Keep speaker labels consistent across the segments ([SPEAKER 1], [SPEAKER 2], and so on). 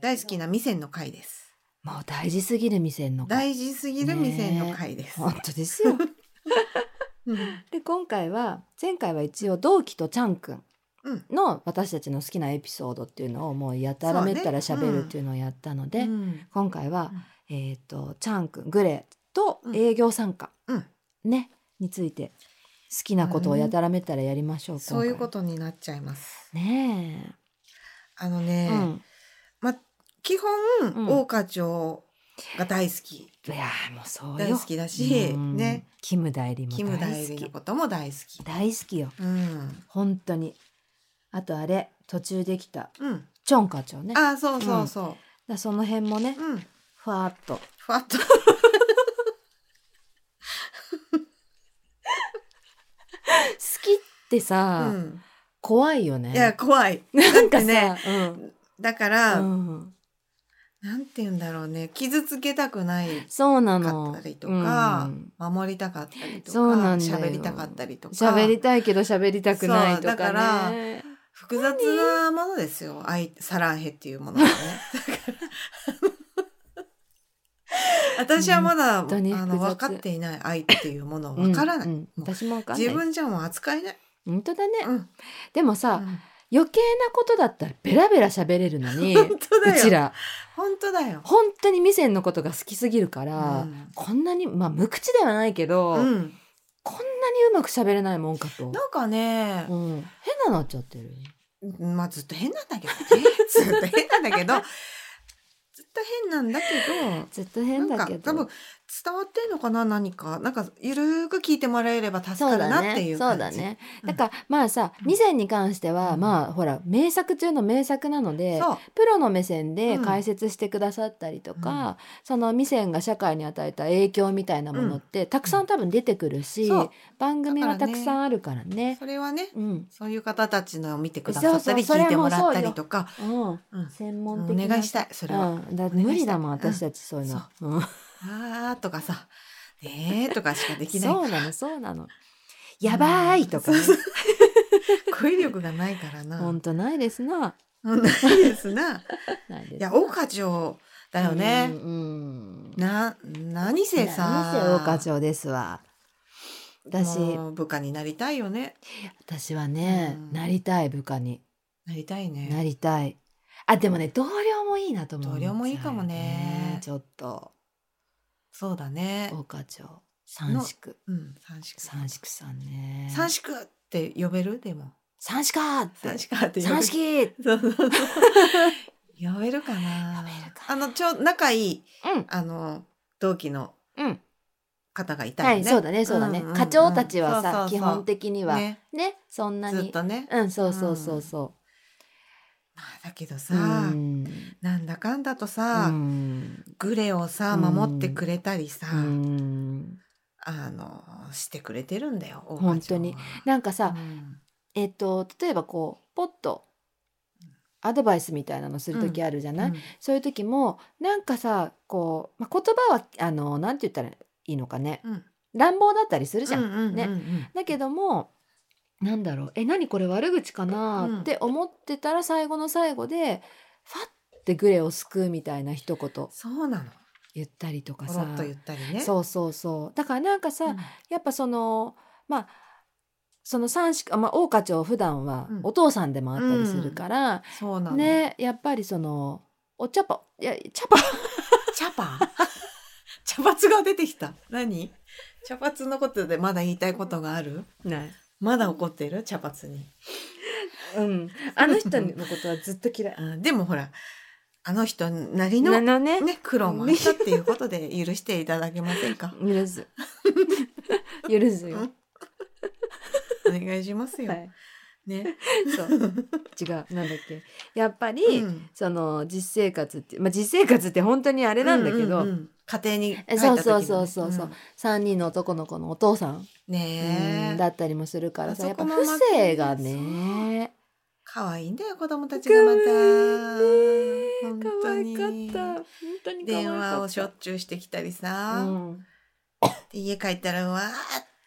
[SPEAKER 1] 大好きな未線の回です
[SPEAKER 2] もう大事すぎる店の会
[SPEAKER 1] 大事すぎる未線の回です、
[SPEAKER 2] 本当で すよ
[SPEAKER 1] うん
[SPEAKER 2] で今回は前回は一応同期とちゃんくん
[SPEAKER 1] うん
[SPEAKER 2] の私たちの好きなエピソードっていうのをもうやたらめったら喋るっていうのをやったので、
[SPEAKER 1] うん
[SPEAKER 2] 今回は、えっ、とチャン君グレと
[SPEAKER 1] うん
[SPEAKER 2] 営業参加、
[SPEAKER 1] うん
[SPEAKER 2] ねについて好きなことをやたらめったらやりましょう、今回
[SPEAKER 1] そういうことになっちゃいます
[SPEAKER 2] ね
[SPEAKER 1] あの
[SPEAKER 2] え、
[SPEAKER 1] ね、
[SPEAKER 2] うん
[SPEAKER 1] 基本、
[SPEAKER 2] うん
[SPEAKER 1] 大花町が大好き
[SPEAKER 2] いやーもうそうよ
[SPEAKER 1] 大好きだし、
[SPEAKER 2] うん
[SPEAKER 1] ね
[SPEAKER 2] キム代理も
[SPEAKER 1] キム代
[SPEAKER 2] 大好
[SPEAKER 1] 理の
[SPEAKER 2] き
[SPEAKER 1] ことも大好き
[SPEAKER 2] 大好きよ
[SPEAKER 1] うん
[SPEAKER 2] 本当にあとあれ途中できた
[SPEAKER 1] うん
[SPEAKER 2] チョン課長ねだか
[SPEAKER 1] あそうそうそ
[SPEAKER 2] らその辺もね
[SPEAKER 1] ううん、
[SPEAKER 2] ふわーっと
[SPEAKER 1] ふわっと
[SPEAKER 2] 好きってさ、
[SPEAKER 1] うん
[SPEAKER 2] 怖いよね
[SPEAKER 1] いや怖い
[SPEAKER 2] なんか
[SPEAKER 1] だってね
[SPEAKER 2] さ、うん
[SPEAKER 1] だから、
[SPEAKER 2] うん、
[SPEAKER 1] なんて言うんだろうね傷つけたくない
[SPEAKER 2] そうなの
[SPEAKER 1] かったりとか
[SPEAKER 2] うん
[SPEAKER 1] 守りたかったりとか
[SPEAKER 2] そうなんだよ
[SPEAKER 1] 喋りたかったりとか
[SPEAKER 2] 喋りたいけど喋りたくない
[SPEAKER 1] そう
[SPEAKER 2] とかね。
[SPEAKER 1] だから複雑なものですよあいサランヘっていうものはね。 だから私はまだ、
[SPEAKER 2] 本当に
[SPEAKER 1] あ
[SPEAKER 2] 複
[SPEAKER 1] の
[SPEAKER 2] 雑
[SPEAKER 1] 分かっていない愛っていうものを分からない、
[SPEAKER 2] うんうん私も分かんない。
[SPEAKER 1] 自分じゃもう扱えない、
[SPEAKER 2] 本当だね。
[SPEAKER 1] うん、
[SPEAKER 2] でもさ、
[SPEAKER 1] うん
[SPEAKER 2] 余計なことだったらベラベラ喋れるの に、
[SPEAKER 1] 本
[SPEAKER 2] う
[SPEAKER 1] 当だよ
[SPEAKER 2] ちら
[SPEAKER 1] 本当だよ、
[SPEAKER 2] 本当に未然のことが好きすぎるから、
[SPEAKER 1] うん
[SPEAKER 2] こんなにまあ無口ではないけど、
[SPEAKER 1] うん、
[SPEAKER 2] こんなにうまく喋れないもんかと。
[SPEAKER 1] なんかね、
[SPEAKER 2] うん、変ななっちゃってる。
[SPEAKER 1] まあずっと変なんだけ どねずっと変なんだけどずっと変なんだけど
[SPEAKER 2] ずっと変
[SPEAKER 1] なん
[SPEAKER 2] だ
[SPEAKER 1] か
[SPEAKER 2] け
[SPEAKER 1] 多分
[SPEAKER 2] ど。
[SPEAKER 1] 伝わってんのかな何かなんかゆるーく聞いてもらえれば助
[SPEAKER 2] そ
[SPEAKER 1] かる
[SPEAKER 2] うだ
[SPEAKER 1] なってい
[SPEAKER 2] ね。
[SPEAKER 1] う
[SPEAKER 2] そう
[SPEAKER 1] 感じ
[SPEAKER 2] だね。
[SPEAKER 1] うん
[SPEAKER 2] だからまあさ、
[SPEAKER 1] うん
[SPEAKER 2] 未然に関しては、
[SPEAKER 1] うん
[SPEAKER 2] まあほら名作中の名作なので、
[SPEAKER 1] そう
[SPEAKER 2] プロの目線で
[SPEAKER 1] うん
[SPEAKER 2] 解説してくださったりとか、
[SPEAKER 1] うん
[SPEAKER 2] その未線が社会に与えた影響みたいなものってたくさん多分出てくるし、
[SPEAKER 1] そう
[SPEAKER 2] 番組は
[SPEAKER 1] だから
[SPEAKER 2] た
[SPEAKER 1] ね
[SPEAKER 2] くさんあるからね。
[SPEAKER 1] それはね
[SPEAKER 2] うん、
[SPEAKER 1] そういう方たちのを見てくださったり
[SPEAKER 2] そうそう
[SPEAKER 1] 聞いてもらったりとか
[SPEAKER 2] うん、
[SPEAKER 1] うん
[SPEAKER 2] 専
[SPEAKER 1] お
[SPEAKER 2] 門的な。
[SPEAKER 1] 願いしたいそれは
[SPEAKER 2] うん、だっ
[SPEAKER 1] お願いし
[SPEAKER 2] て
[SPEAKER 1] たい
[SPEAKER 2] 無理だもん私たちそういうの。うん
[SPEAKER 1] 「あー」とかさ「ねー」とかしかできない
[SPEAKER 2] そうなのそうなの。やばいとかね、
[SPEAKER 1] そう語彙力がないからな
[SPEAKER 2] 本当ないですな。
[SPEAKER 1] うんないです な
[SPEAKER 2] ないです。
[SPEAKER 1] いや大課長だよ
[SPEAKER 2] うん
[SPEAKER 1] ね、
[SPEAKER 2] うん。
[SPEAKER 1] な何せさ
[SPEAKER 2] 何せ大課長ですわ。私
[SPEAKER 1] もう部下になりたいよね
[SPEAKER 2] 私はね、
[SPEAKER 1] うん
[SPEAKER 2] なりたい部下に。
[SPEAKER 1] なりたいね
[SPEAKER 2] なりたい。あ、でもね、同僚もいいなと思う。
[SPEAKER 1] 同僚もいいかもね
[SPEAKER 2] ちょっと、
[SPEAKER 1] そうだね
[SPEAKER 2] 大課長、三宿、
[SPEAKER 1] うん三宿
[SPEAKER 2] 三宿さんね。
[SPEAKER 1] 三宿って呼べるでも
[SPEAKER 2] 三宿かって。
[SPEAKER 1] 三宿って呼べる
[SPEAKER 2] 三宿。
[SPEAKER 1] そうそうそう呼べるかな
[SPEAKER 2] 呼べるか
[SPEAKER 1] あのちょ仲いい
[SPEAKER 2] うん、
[SPEAKER 1] あの同期の
[SPEAKER 2] うん、
[SPEAKER 1] 方がいた
[SPEAKER 2] は
[SPEAKER 1] よ
[SPEAKER 2] い、
[SPEAKER 1] ね、
[SPEAKER 2] そうだね、そうだね。
[SPEAKER 1] んんん
[SPEAKER 2] 課長たちはさ、
[SPEAKER 1] そうそうそう
[SPEAKER 2] 基本的にはね
[SPEAKER 1] ね
[SPEAKER 2] そんな
[SPEAKER 1] ずっ
[SPEAKER 2] に。
[SPEAKER 1] とね、
[SPEAKER 2] うん、そうそうそうそ
[SPEAKER 1] まあ、だけど
[SPEAKER 2] う。
[SPEAKER 1] さ、
[SPEAKER 2] うん。
[SPEAKER 1] なんだかんだと
[SPEAKER 2] う
[SPEAKER 1] さ、
[SPEAKER 2] ん。
[SPEAKER 1] グレをさ
[SPEAKER 2] うん
[SPEAKER 1] 守ってくれたりさ、
[SPEAKER 2] うん
[SPEAKER 1] あのしてくれてるんだよ
[SPEAKER 2] 本当になんかさ、
[SPEAKER 1] うん
[SPEAKER 2] えっと、例えばこう、ポッと。アドバイスみたいなのする時あるじゃない。
[SPEAKER 1] うん
[SPEAKER 2] そういう時もなんかさこう、まあ、言葉はあのなんて言ったらいいのかね
[SPEAKER 1] うん
[SPEAKER 2] 乱暴だったりするじゃん。
[SPEAKER 1] うんうんうん
[SPEAKER 2] ねだけどもなんだろうえ何これ悪口か
[SPEAKER 1] うん
[SPEAKER 2] なって思ってたら最後の最後でファッてグレを救うみたいな一言
[SPEAKER 1] そうなの
[SPEAKER 2] 言ったりとか
[SPEAKER 1] ポロ
[SPEAKER 2] さ
[SPEAKER 1] ッと言ったりね
[SPEAKER 2] そうそうそうだからなんかさ、
[SPEAKER 1] ん
[SPEAKER 2] やっぱそのまあその三子、まあ、大課長普段は
[SPEAKER 1] うん
[SPEAKER 2] お父さんでもあったりするから、
[SPEAKER 1] そうなの
[SPEAKER 2] ねやっぱりそのお茶ぱいや茶ぱ
[SPEAKER 1] 茶葉 茶髪が出てきた何茶髪のことでまだ言いたいことがある
[SPEAKER 2] ない
[SPEAKER 1] まだ怒ってる茶髪に
[SPEAKER 2] うん、あの人のことはずっと嫌い。
[SPEAKER 1] あでもほらあの人なりの
[SPEAKER 2] な
[SPEAKER 1] ね
[SPEAKER 2] のね。
[SPEAKER 1] 苦労もあったっていうことで許していただけません か
[SPEAKER 2] 許す。許すよ。
[SPEAKER 1] お願いしますよ、
[SPEAKER 2] はい。
[SPEAKER 1] ね、
[SPEAKER 2] そう。違う。なんだっけ。やっぱり、
[SPEAKER 1] うん
[SPEAKER 2] その実生活って、まあ実生活って本当にあれなんだけど、
[SPEAKER 1] う
[SPEAKER 2] 三
[SPEAKER 1] んうんうん家庭に帰った時
[SPEAKER 2] そ
[SPEAKER 1] の
[SPEAKER 2] う
[SPEAKER 1] ね
[SPEAKER 2] そうそうそうそうん人の男の子のお父さん、
[SPEAKER 1] ね
[SPEAKER 2] うん
[SPEAKER 1] え
[SPEAKER 2] だったりもするからさ、
[SPEAKER 1] あ
[SPEAKER 2] や
[SPEAKER 1] そ
[SPEAKER 2] っぱ
[SPEAKER 1] こも
[SPEAKER 2] 不正が
[SPEAKER 1] ま
[SPEAKER 2] ね。
[SPEAKER 1] 可愛いんだよ子供たちがまた
[SPEAKER 2] 可
[SPEAKER 1] 本当
[SPEAKER 2] 愛
[SPEAKER 1] に
[SPEAKER 2] かった。本当に可愛
[SPEAKER 1] 電
[SPEAKER 2] かった。
[SPEAKER 1] 話をしょっちゅうしてきたりさ、
[SPEAKER 2] うん
[SPEAKER 1] で家帰ったらうわーっ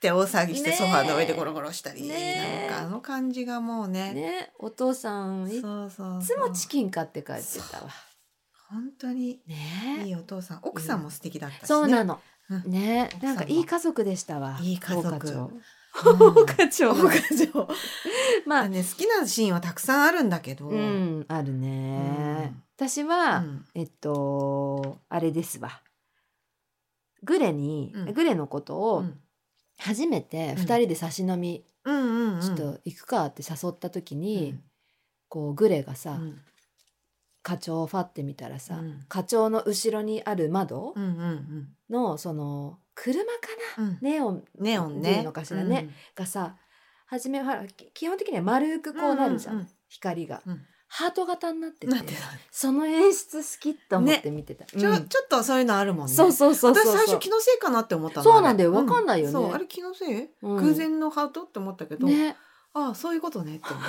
[SPEAKER 1] て大騒ぎして
[SPEAKER 2] ねえ
[SPEAKER 1] ソファーの上でゴロゴロしたり、
[SPEAKER 2] ねえ
[SPEAKER 1] なんかあの感じがもうね
[SPEAKER 2] ね、お父さんい
[SPEAKER 1] そうそう
[SPEAKER 2] つ
[SPEAKER 1] そう
[SPEAKER 2] もチキン買って帰ってたわ。
[SPEAKER 1] 本当にい
[SPEAKER 2] ね
[SPEAKER 1] いお父さん奥さんも素敵だったし、ね、
[SPEAKER 2] そうなの
[SPEAKER 1] う
[SPEAKER 2] ね
[SPEAKER 1] 奥さ
[SPEAKER 2] なんん
[SPEAKER 1] も
[SPEAKER 2] かいい家族でしたわ
[SPEAKER 1] いい家族
[SPEAKER 2] 大課長
[SPEAKER 1] うん
[SPEAKER 2] 大課長
[SPEAKER 1] 大 課長
[SPEAKER 2] まあ
[SPEAKER 1] ね、好きなシーンはたくさんあるんだけど、
[SPEAKER 2] うんあるね
[SPEAKER 1] うん
[SPEAKER 2] 私
[SPEAKER 1] う
[SPEAKER 2] は
[SPEAKER 1] ん
[SPEAKER 2] えっとあれですわグレに
[SPEAKER 1] うん
[SPEAKER 2] グレのこと
[SPEAKER 1] う
[SPEAKER 2] を
[SPEAKER 1] ん
[SPEAKER 2] 初めて
[SPEAKER 1] ん
[SPEAKER 2] 二人で差し飲み
[SPEAKER 1] うんうんうん
[SPEAKER 2] ちょっと行くかって誘った時に、
[SPEAKER 1] うん
[SPEAKER 2] こうグレがさ、
[SPEAKER 1] うん
[SPEAKER 2] 課長をファって見たらさ、
[SPEAKER 1] うん
[SPEAKER 2] 課長の後ろにある窓
[SPEAKER 1] うんうん
[SPEAKER 2] のその車かな、
[SPEAKER 1] うん
[SPEAKER 2] ネオン
[SPEAKER 1] ネオン
[SPEAKER 2] ネオ
[SPEAKER 1] ね
[SPEAKER 2] ンのかしらね、がさ初めほらき基本的には丸く
[SPEAKER 1] うん
[SPEAKER 2] こうなるじゃん、
[SPEAKER 1] うう
[SPEAKER 2] 光が、
[SPEAKER 1] うん
[SPEAKER 2] ハート型になってて
[SPEAKER 1] なんていう
[SPEAKER 2] その演出好きと思って見てた、
[SPEAKER 1] のちょ、
[SPEAKER 2] うん
[SPEAKER 1] ちょっとそういうのあるもんね
[SPEAKER 2] そうそうそうそう
[SPEAKER 1] 私最初気のせいかなって思ったの
[SPEAKER 2] そうなんだよ
[SPEAKER 1] あれ
[SPEAKER 2] わかんないよね
[SPEAKER 1] そうあれ気のせい、
[SPEAKER 2] うん
[SPEAKER 1] 偶然のハートって思ったけど、
[SPEAKER 2] ね
[SPEAKER 1] ああそういうことねって思 っ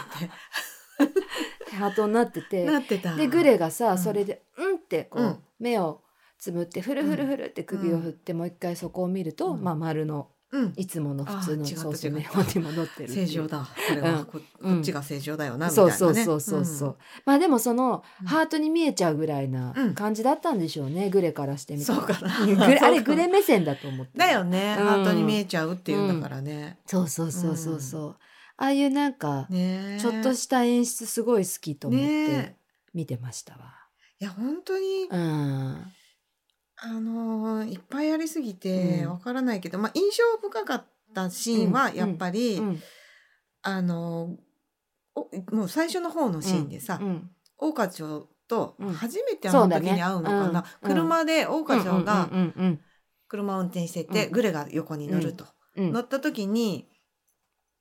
[SPEAKER 2] ハートになっ てて
[SPEAKER 1] てなってた
[SPEAKER 2] でグレがさ、
[SPEAKER 1] うん
[SPEAKER 2] それで「うん」ってこう、
[SPEAKER 1] うん
[SPEAKER 2] 目をつぶってふるふるふるって首を振って、もう一回そこを見ると、
[SPEAKER 1] うん
[SPEAKER 2] まあ丸の
[SPEAKER 1] うん
[SPEAKER 2] いつもの普通のソースメ
[SPEAKER 1] あ
[SPEAKER 2] モに戻ってるってい
[SPEAKER 1] 正
[SPEAKER 2] う
[SPEAKER 1] 常だこれは、
[SPEAKER 2] うん
[SPEAKER 1] ここ
[SPEAKER 2] うん
[SPEAKER 1] っちが正常だよなみたい
[SPEAKER 2] そ
[SPEAKER 1] な
[SPEAKER 2] う
[SPEAKER 1] ね
[SPEAKER 2] そうそうそうそう、まあでもそのハートに見えちゃうぐらいな
[SPEAKER 1] うん
[SPEAKER 2] 感じだったんでしょうね、グレからしてみたら
[SPEAKER 1] そうかな
[SPEAKER 2] グレあれグレ目線だと思って
[SPEAKER 1] だよね、
[SPEAKER 2] うん
[SPEAKER 1] ハートに見えちゃうっていうんだからね、
[SPEAKER 2] そうそうそうそうそう、ああいうなんか
[SPEAKER 1] ねえ
[SPEAKER 2] ちょっとした演出すごい好きと思っ
[SPEAKER 1] ね
[SPEAKER 2] て見てましたわ、
[SPEAKER 1] いや本当に、
[SPEAKER 2] うん
[SPEAKER 1] あのーいっぱいありすぎて
[SPEAKER 2] うん
[SPEAKER 1] わからないけど、まあ印象深かったシーンはやっぱり、
[SPEAKER 2] うん
[SPEAKER 1] あのーおもう最初の方のシーンでさ、
[SPEAKER 2] うん
[SPEAKER 1] 大課長と
[SPEAKER 2] うん
[SPEAKER 1] 初めてあ
[SPEAKER 2] そう
[SPEAKER 1] の
[SPEAKER 2] だ
[SPEAKER 1] 時
[SPEAKER 2] ね
[SPEAKER 1] に会うのかな、
[SPEAKER 2] うん
[SPEAKER 1] 車で大課長が
[SPEAKER 2] うんうん
[SPEAKER 1] 車を運転してて、
[SPEAKER 2] うん
[SPEAKER 1] グレが横に乗ると、
[SPEAKER 2] うんうん
[SPEAKER 1] 乗った時に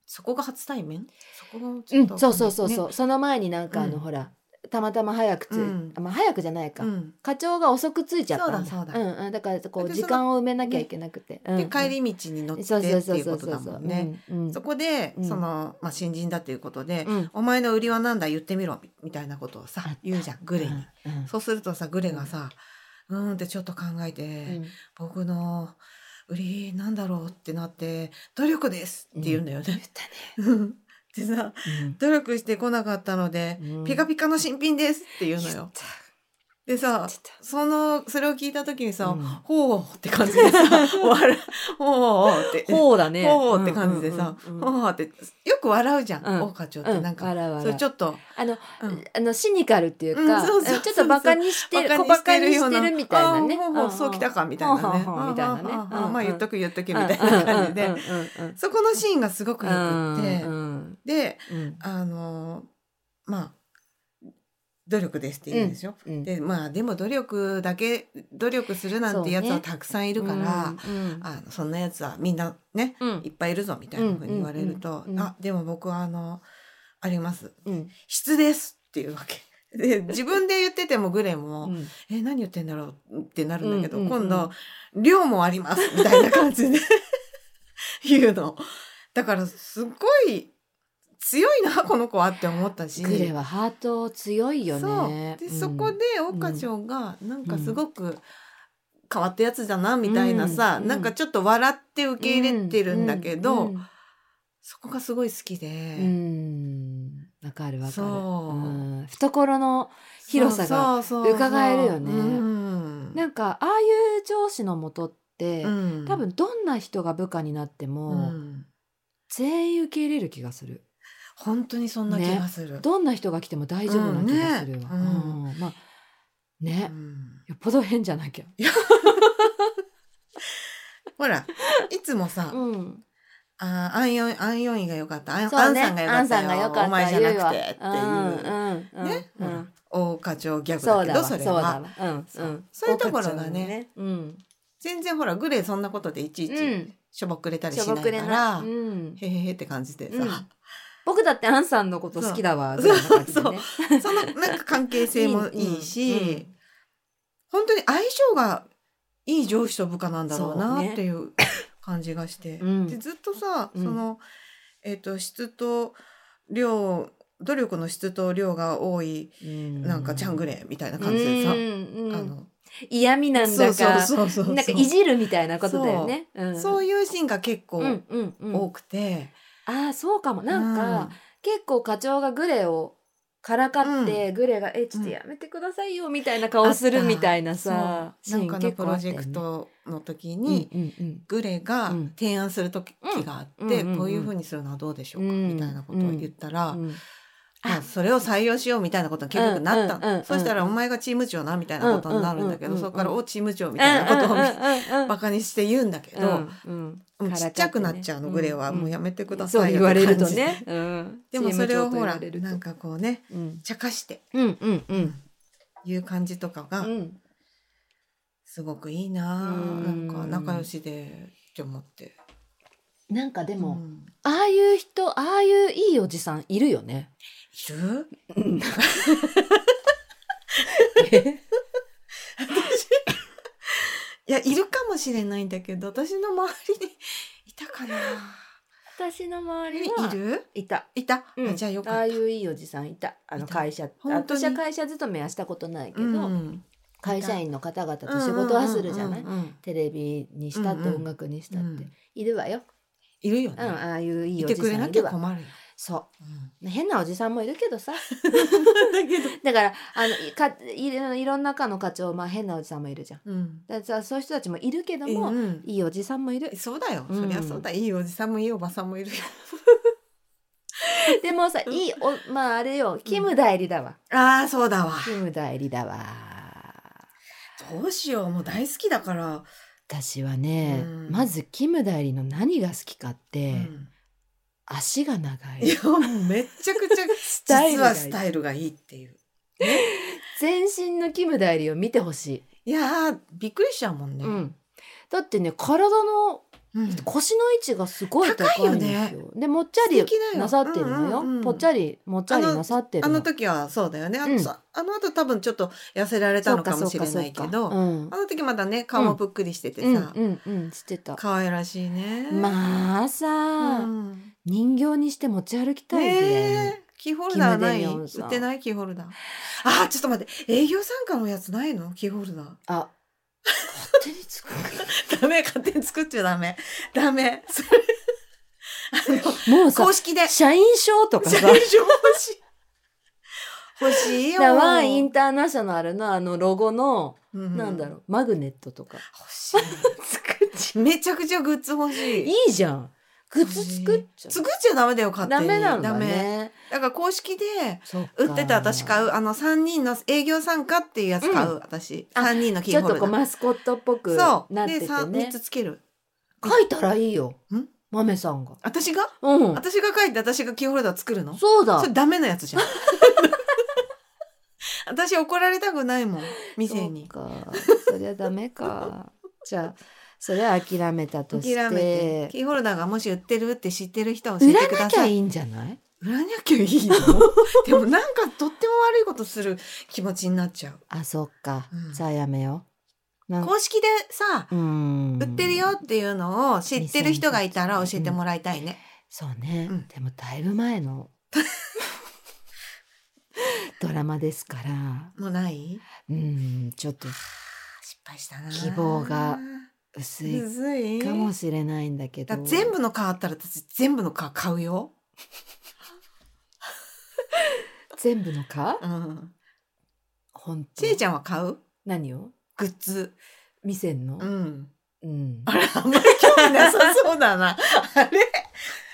[SPEAKER 1] そこが初対面そこがち
[SPEAKER 2] う
[SPEAKER 1] ょ
[SPEAKER 2] ん
[SPEAKER 1] っとわかんないね、
[SPEAKER 2] そうそうそうそう、その前になんかあ
[SPEAKER 1] う
[SPEAKER 2] の、
[SPEAKER 1] ん
[SPEAKER 2] ほらたまたま早くつ
[SPEAKER 1] う
[SPEAKER 2] い、
[SPEAKER 1] ん
[SPEAKER 2] あまあ早くじゃないか、
[SPEAKER 1] うん
[SPEAKER 2] 課長が遅くついちゃったんだ
[SPEAKER 1] そうだそうだ
[SPEAKER 2] んうん、だからこう
[SPEAKER 1] で
[SPEAKER 2] 時間を埋めなきゃいけなくて、うんう
[SPEAKER 1] で
[SPEAKER 2] ん
[SPEAKER 1] 帰り道に乗ってって
[SPEAKER 2] そうそうそ
[SPEAKER 1] いうう
[SPEAKER 2] そ
[SPEAKER 1] こ
[SPEAKER 2] う
[SPEAKER 1] と
[SPEAKER 2] そう
[SPEAKER 1] だもんね。
[SPEAKER 2] うんうん
[SPEAKER 1] そこで、
[SPEAKER 2] うん
[SPEAKER 1] その、まあ、新人だということで、
[SPEAKER 2] うん
[SPEAKER 1] お前の売りはなんだ言ってみろみみたいなことをさ
[SPEAKER 2] あった
[SPEAKER 1] 言うじゃんグレに、
[SPEAKER 2] うんうん
[SPEAKER 1] そうするとさグレがさ「うーん」ってちょっと考えて、
[SPEAKER 2] うん
[SPEAKER 1] 僕の売りなんだろうってなって「努力です」って言うんだよ
[SPEAKER 2] 言っ
[SPEAKER 1] ね。
[SPEAKER 2] た
[SPEAKER 1] でさ
[SPEAKER 2] ね、
[SPEAKER 1] 努力してこなかったので、
[SPEAKER 2] うん
[SPEAKER 1] ピカピカの新品ですって言うのよ。でさ
[SPEAKER 2] 言ってた
[SPEAKER 1] そのそれを聞いた時にさ「
[SPEAKER 2] うん
[SPEAKER 1] ほう」って感じで さ「終わる」「ほう」って。
[SPEAKER 2] ほうだね
[SPEAKER 1] ほうって感じでさ、
[SPEAKER 2] うんうんうんうん
[SPEAKER 1] ほうってよく笑うじゃん、
[SPEAKER 2] うん
[SPEAKER 1] 大課長ってなん
[SPEAKER 2] う
[SPEAKER 1] か、
[SPEAKER 2] 笑う笑う
[SPEAKER 1] それちょっと、
[SPEAKER 2] あの
[SPEAKER 1] うん
[SPEAKER 2] あのシニカルっていうか、
[SPEAKER 1] うんそうそうそう
[SPEAKER 2] ちょっとバカにしてる小バカにしてるみたいなね
[SPEAKER 1] あーほうほうそうきたかみたいなね
[SPEAKER 2] ほうほうほうみたいなね
[SPEAKER 1] あーあーあー
[SPEAKER 2] うんうん
[SPEAKER 1] まあ言っとく言っとくみたいな感じで、
[SPEAKER 2] うんうんうんうん
[SPEAKER 1] そこのシーンがすごくよくって、
[SPEAKER 2] うん
[SPEAKER 1] で
[SPEAKER 2] うん
[SPEAKER 1] あのーまあ努力ですって言うんですよ、
[SPEAKER 2] うん
[SPEAKER 1] でまあでも努力だけ努力するなんてやつ
[SPEAKER 2] そう
[SPEAKER 1] は
[SPEAKER 2] ね
[SPEAKER 1] たくさんいるから、
[SPEAKER 2] うん
[SPEAKER 1] あのそんなやつはみんなね
[SPEAKER 2] うん
[SPEAKER 1] いっぱいいるぞみたいなふうに言われると、
[SPEAKER 2] うんうんうん
[SPEAKER 1] あでも僕はあのあります
[SPEAKER 2] うん
[SPEAKER 1] 質ですっていうわけ。で自分で言っててもグレンも「
[SPEAKER 2] うん
[SPEAKER 1] え何言ってんだろう?」ってなるんだけど、
[SPEAKER 2] うんうんうん
[SPEAKER 1] 今度「量もあります」みたいな感じで 言うの。だからすっごい強いなこの子はって思ったし。
[SPEAKER 2] グレはハート強いよね。
[SPEAKER 1] そうで、
[SPEAKER 2] うん
[SPEAKER 1] そこで大課長がなんかすごく変わったやつだなみたいなさ、
[SPEAKER 2] うん
[SPEAKER 1] なんかちょっと笑って受け入れてるんだけど、
[SPEAKER 2] うん
[SPEAKER 1] そこがすごい好きで
[SPEAKER 2] う、んわかるわか
[SPEAKER 1] そ
[SPEAKER 2] る。
[SPEAKER 1] う
[SPEAKER 2] うん懐の広さが
[SPEAKER 1] そうそうそう
[SPEAKER 2] 伺えるよね
[SPEAKER 1] うん
[SPEAKER 2] なんかああいう上司のもとって、
[SPEAKER 1] うん
[SPEAKER 2] 多分どんな人が部下になっても、
[SPEAKER 1] うん
[SPEAKER 2] 全員受け入れる気がする。
[SPEAKER 1] 本当にそんな気がする。
[SPEAKER 2] どんな人が来ても大丈夫な気がするわ。
[SPEAKER 1] うんねうん
[SPEAKER 2] うんまあね、
[SPEAKER 1] うん
[SPEAKER 2] よっぽど変じゃなきゃ。
[SPEAKER 1] ほらいつもさ
[SPEAKER 2] うん。
[SPEAKER 1] 「あーアンヨンアンヨンイが良かったアン,、
[SPEAKER 2] そうね
[SPEAKER 1] アンさんが良かったよお前じゃなくて」っていう、
[SPEAKER 2] 言うわうんうんうん
[SPEAKER 1] ね、
[SPEAKER 2] う
[SPEAKER 1] ほら
[SPEAKER 2] ん
[SPEAKER 1] 大課長ギャグ
[SPEAKER 2] そ
[SPEAKER 1] だ
[SPEAKER 2] う
[SPEAKER 1] け
[SPEAKER 2] だ
[SPEAKER 1] ど
[SPEAKER 2] わ
[SPEAKER 1] そ
[SPEAKER 2] そう
[SPEAKER 1] れ
[SPEAKER 2] だ
[SPEAKER 1] は
[SPEAKER 2] わうん
[SPEAKER 1] そう
[SPEAKER 2] うん
[SPEAKER 1] そういうところがね
[SPEAKER 2] うん
[SPEAKER 1] 全然ほらグレーそんなことでいちいうち
[SPEAKER 2] ん
[SPEAKER 1] しょぼくれたり
[SPEAKER 2] しょ
[SPEAKER 1] し
[SPEAKER 2] ぼ
[SPEAKER 1] ない
[SPEAKER 2] くれ
[SPEAKER 1] か
[SPEAKER 2] な
[SPEAKER 1] ら、
[SPEAKER 2] いうん
[SPEAKER 1] へへへって感じで
[SPEAKER 2] う
[SPEAKER 1] さ
[SPEAKER 2] ん、僕だってアンさんのこと好きだわ
[SPEAKER 1] そう
[SPEAKER 2] みたいな感じでね
[SPEAKER 1] そのなんか関係性もいいし、
[SPEAKER 2] うんうん
[SPEAKER 1] 本当に相性がいい上司と部下なんだろう
[SPEAKER 2] そう
[SPEAKER 1] な
[SPEAKER 2] ね
[SPEAKER 1] っていう感じがして、
[SPEAKER 2] うん
[SPEAKER 1] でずっとさ、
[SPEAKER 2] うん
[SPEAKER 1] その、えっと質と量努力の質と量が多いなんかジャングレーみたいな感じでさ、
[SPEAKER 2] うんうん
[SPEAKER 1] あの
[SPEAKER 2] 嫌味なん
[SPEAKER 1] そう
[SPEAKER 2] だ
[SPEAKER 1] そう
[SPEAKER 2] か
[SPEAKER 1] そうそう
[SPEAKER 2] なんかいじるみたいなことだよねん
[SPEAKER 1] そういうシーンが結構
[SPEAKER 2] うんうんうん
[SPEAKER 1] 多くて、
[SPEAKER 2] ああそうかもなんか
[SPEAKER 1] う
[SPEAKER 2] 結構課長がグレをからかってグレが「えちょっとやめてくださいよ」みたいな顔するみたいなさ
[SPEAKER 1] そうなんかの
[SPEAKER 2] シーン結
[SPEAKER 1] プ
[SPEAKER 2] 構あ
[SPEAKER 1] ロ
[SPEAKER 2] った
[SPEAKER 1] ジェ
[SPEAKER 2] よね
[SPEAKER 1] クトの時に、
[SPEAKER 2] うんうん
[SPEAKER 1] グレが
[SPEAKER 2] うん
[SPEAKER 1] 提案する時があって、
[SPEAKER 2] うんうんうんうん
[SPEAKER 1] こういうふうにするのはどうでしょうか、
[SPEAKER 2] うん
[SPEAKER 1] みたいなことを言ったら、
[SPEAKER 2] うんうん
[SPEAKER 1] まあ、それを採用しようみたいなことに結局なったの、
[SPEAKER 2] うんうんうん
[SPEAKER 1] そしたらお前がチーム長なみたいなことになるんだけど、
[SPEAKER 2] うんうんうん
[SPEAKER 1] そこから「おチーム長」みたいなことを、バカにして言うんだけど、
[SPEAKER 2] うん
[SPEAKER 1] もうちっちゃくなっちゃうの、グレは、もうやめてく
[SPEAKER 2] うん
[SPEAKER 1] だ
[SPEAKER 2] そ
[SPEAKER 1] さ
[SPEAKER 2] う
[SPEAKER 1] いよ
[SPEAKER 2] 言われると
[SPEAKER 1] って感
[SPEAKER 2] ね、うん
[SPEAKER 1] じでもそれをほら
[SPEAKER 2] チーム長と言われると
[SPEAKER 1] なんかこうね
[SPEAKER 2] うん
[SPEAKER 1] 茶化して
[SPEAKER 2] うんうんうん
[SPEAKER 1] いう感じとかが
[SPEAKER 2] うん
[SPEAKER 1] すごくいいなあ、
[SPEAKER 2] うん
[SPEAKER 1] なんか仲良しでって思って。
[SPEAKER 2] なんかで
[SPEAKER 1] う
[SPEAKER 2] も、
[SPEAKER 1] ん
[SPEAKER 2] ああいう人ああいういいおじさんいるよね
[SPEAKER 1] いる いやいるかもしれないんだけど私の周りにいたかな
[SPEAKER 2] 私の周りはい
[SPEAKER 1] る
[SPEAKER 2] いた
[SPEAKER 1] いた、
[SPEAKER 2] うん
[SPEAKER 1] あじゃあよかった
[SPEAKER 2] ああいういいおじさんいたあの
[SPEAKER 1] いた
[SPEAKER 2] 会社
[SPEAKER 1] 本当に
[SPEAKER 2] 私は会社勤めはしたことないけど、
[SPEAKER 1] うん
[SPEAKER 2] 会社員の方々と仕事はするじゃない、
[SPEAKER 1] うんうんうんうん
[SPEAKER 2] テレビにしたって
[SPEAKER 1] うんうん
[SPEAKER 2] 音楽にしたって、
[SPEAKER 1] うん
[SPEAKER 2] いるわよ、
[SPEAKER 1] いるよ
[SPEAKER 2] うん、
[SPEAKER 1] ね、
[SPEAKER 2] ああいういい
[SPEAKER 1] い
[SPEAKER 2] お
[SPEAKER 1] て
[SPEAKER 2] じ
[SPEAKER 1] くれ
[SPEAKER 2] さん
[SPEAKER 1] ないきゃ
[SPEAKER 2] るわ
[SPEAKER 1] 困るよ、
[SPEAKER 2] そ
[SPEAKER 1] う
[SPEAKER 2] う
[SPEAKER 1] ん
[SPEAKER 2] 変なおじさんもいる けどさ
[SPEAKER 1] だけど、
[SPEAKER 2] だからあのいかいろいろんな課の課長、まあ、変なおじさんもいるじゃん
[SPEAKER 1] うん
[SPEAKER 2] だからさそういう人たちもいるけども、
[SPEAKER 1] うん
[SPEAKER 2] いいおじさんもいる
[SPEAKER 1] そうだよ、
[SPEAKER 2] うん
[SPEAKER 1] そりゃそうだいいおじさんも いいおばさんもいるよ
[SPEAKER 2] でもさ
[SPEAKER 1] うん
[SPEAKER 2] いいおまああれよキム代理だわ、
[SPEAKER 1] ああそうだわ
[SPEAKER 2] キム代理だわ
[SPEAKER 1] どうしようもう大好きだから、
[SPEAKER 2] 私はね、
[SPEAKER 1] うん
[SPEAKER 2] まずキム代理の何が好きかって、
[SPEAKER 1] うん
[SPEAKER 2] 足が長い
[SPEAKER 1] いやもうめっちゃくちゃ
[SPEAKER 2] ス
[SPEAKER 1] 実
[SPEAKER 2] が
[SPEAKER 1] はスタイルがいいっていう
[SPEAKER 2] 全身のキム代理を見てほしい、
[SPEAKER 1] いやーびっくりしちゃうもんね、
[SPEAKER 2] うん、だってね体の
[SPEAKER 1] うん
[SPEAKER 2] 腰の位置がすごい高いんですよ
[SPEAKER 1] 高い
[SPEAKER 2] でもっちゃ
[SPEAKER 1] 素
[SPEAKER 2] り
[SPEAKER 1] 敵だよ
[SPEAKER 2] なさってるのよ、
[SPEAKER 1] うんうんうん
[SPEAKER 2] ぽっちゃりもっちゃりなさってる
[SPEAKER 1] あの時はそうだよねあの,
[SPEAKER 2] うん
[SPEAKER 1] さ、あの後多分ちょっと痩せられたのかもしれないけ
[SPEAKER 2] そうか
[SPEAKER 1] ど、
[SPEAKER 2] そうかうん
[SPEAKER 1] あの時まだね顔もぷっくりしてて
[SPEAKER 2] うん
[SPEAKER 1] さ、
[SPEAKER 2] うんうんしてた
[SPEAKER 1] 可愛らしいね
[SPEAKER 2] まあさ、
[SPEAKER 1] うん
[SPEAKER 2] 人形にして持ち歩きたいぐらいの、
[SPEAKER 1] ねえキーホルダーない
[SPEAKER 2] キムデミヨンさん
[SPEAKER 1] 売ってないキーホルダーあーちょっと待って営業参加のやつないのキーホルダー
[SPEAKER 2] あ勝手に作る
[SPEAKER 1] ダメ勝手に作っちゃダメダメそれあ
[SPEAKER 2] もう
[SPEAKER 1] の
[SPEAKER 2] さ
[SPEAKER 1] 公式で
[SPEAKER 2] 社員証とか
[SPEAKER 1] 最
[SPEAKER 2] さ
[SPEAKER 1] 初欲しい欲しいよ
[SPEAKER 2] だからワンインターナショナルのあのロゴの、
[SPEAKER 1] う
[SPEAKER 2] なんだろうマグネットとか
[SPEAKER 1] 欲しい
[SPEAKER 2] 作っち
[SPEAKER 1] めちゃくちゃグッズ欲しい
[SPEAKER 2] いいじゃんグッズ作っちゃ
[SPEAKER 1] 作っちゃダメだよ勝
[SPEAKER 2] う
[SPEAKER 1] 手
[SPEAKER 2] ダ
[SPEAKER 1] に
[SPEAKER 2] メなん
[SPEAKER 1] ダ
[SPEAKER 2] だ
[SPEAKER 1] メ
[SPEAKER 2] ね
[SPEAKER 1] だから公式で
[SPEAKER 2] そうか
[SPEAKER 1] 売ってた私買うあの3人の営業参加っていうやつ買う、
[SPEAKER 2] う
[SPEAKER 1] 私
[SPEAKER 2] あ
[SPEAKER 1] 3人のキ
[SPEAKER 2] ちょ
[SPEAKER 1] ー
[SPEAKER 2] っ
[SPEAKER 1] ホル
[SPEAKER 2] と
[SPEAKER 1] ダー
[SPEAKER 2] こうマスコットっぽく
[SPEAKER 1] そう。
[SPEAKER 2] なって
[SPEAKER 1] で、
[SPEAKER 2] て
[SPEAKER 1] 三三
[SPEAKER 2] ね
[SPEAKER 1] つつける。
[SPEAKER 2] 書いたらいいよ
[SPEAKER 1] ん
[SPEAKER 2] 豆さんが
[SPEAKER 1] 私が
[SPEAKER 2] うん
[SPEAKER 1] 私が書いて私がキーホルダー作るの
[SPEAKER 2] そうだ
[SPEAKER 1] それダメなやつじゃん。 私怒られたくないもん、店に。
[SPEAKER 2] そうかそりゃダメか じゃあそれは諦めたとし
[SPEAKER 1] 諦めて
[SPEAKER 2] て。
[SPEAKER 1] キーホルダーがもし売ってるって知ってる人は教え
[SPEAKER 2] 売
[SPEAKER 1] て
[SPEAKER 2] ら
[SPEAKER 1] く
[SPEAKER 2] な
[SPEAKER 1] だ
[SPEAKER 2] きゃ
[SPEAKER 1] さ
[SPEAKER 2] い
[SPEAKER 1] い。
[SPEAKER 2] いんじゃない
[SPEAKER 1] 売らなきゃいい のでもなんかとっても悪いことする気持ちになっちゃう。
[SPEAKER 2] あそっか、
[SPEAKER 1] うん
[SPEAKER 2] じゃあやめようなん
[SPEAKER 1] 公式でさ、
[SPEAKER 2] うん
[SPEAKER 1] 売ってるよっていうのを知ってる人がいたら教えてもらいたいね。
[SPEAKER 2] そうね、
[SPEAKER 1] うん
[SPEAKER 2] でもだいぶ前 のドラマですから
[SPEAKER 1] もうない
[SPEAKER 2] うんちょっと
[SPEAKER 1] 失敗したな。
[SPEAKER 2] 希望が薄
[SPEAKER 1] む
[SPEAKER 2] い
[SPEAKER 1] ずい。
[SPEAKER 2] かもしれないんだけ
[SPEAKER 1] だ
[SPEAKER 2] ど
[SPEAKER 1] から全部のカーあったら私全部のカー買うよ。
[SPEAKER 2] 全部のか
[SPEAKER 1] うん。
[SPEAKER 2] 本当
[SPEAKER 1] ちえちゃんは買う
[SPEAKER 2] 何を
[SPEAKER 1] グッズ。
[SPEAKER 2] 見せんの
[SPEAKER 1] うん。
[SPEAKER 2] うん
[SPEAKER 1] あれ、あんまり興味なさそうだな。あれ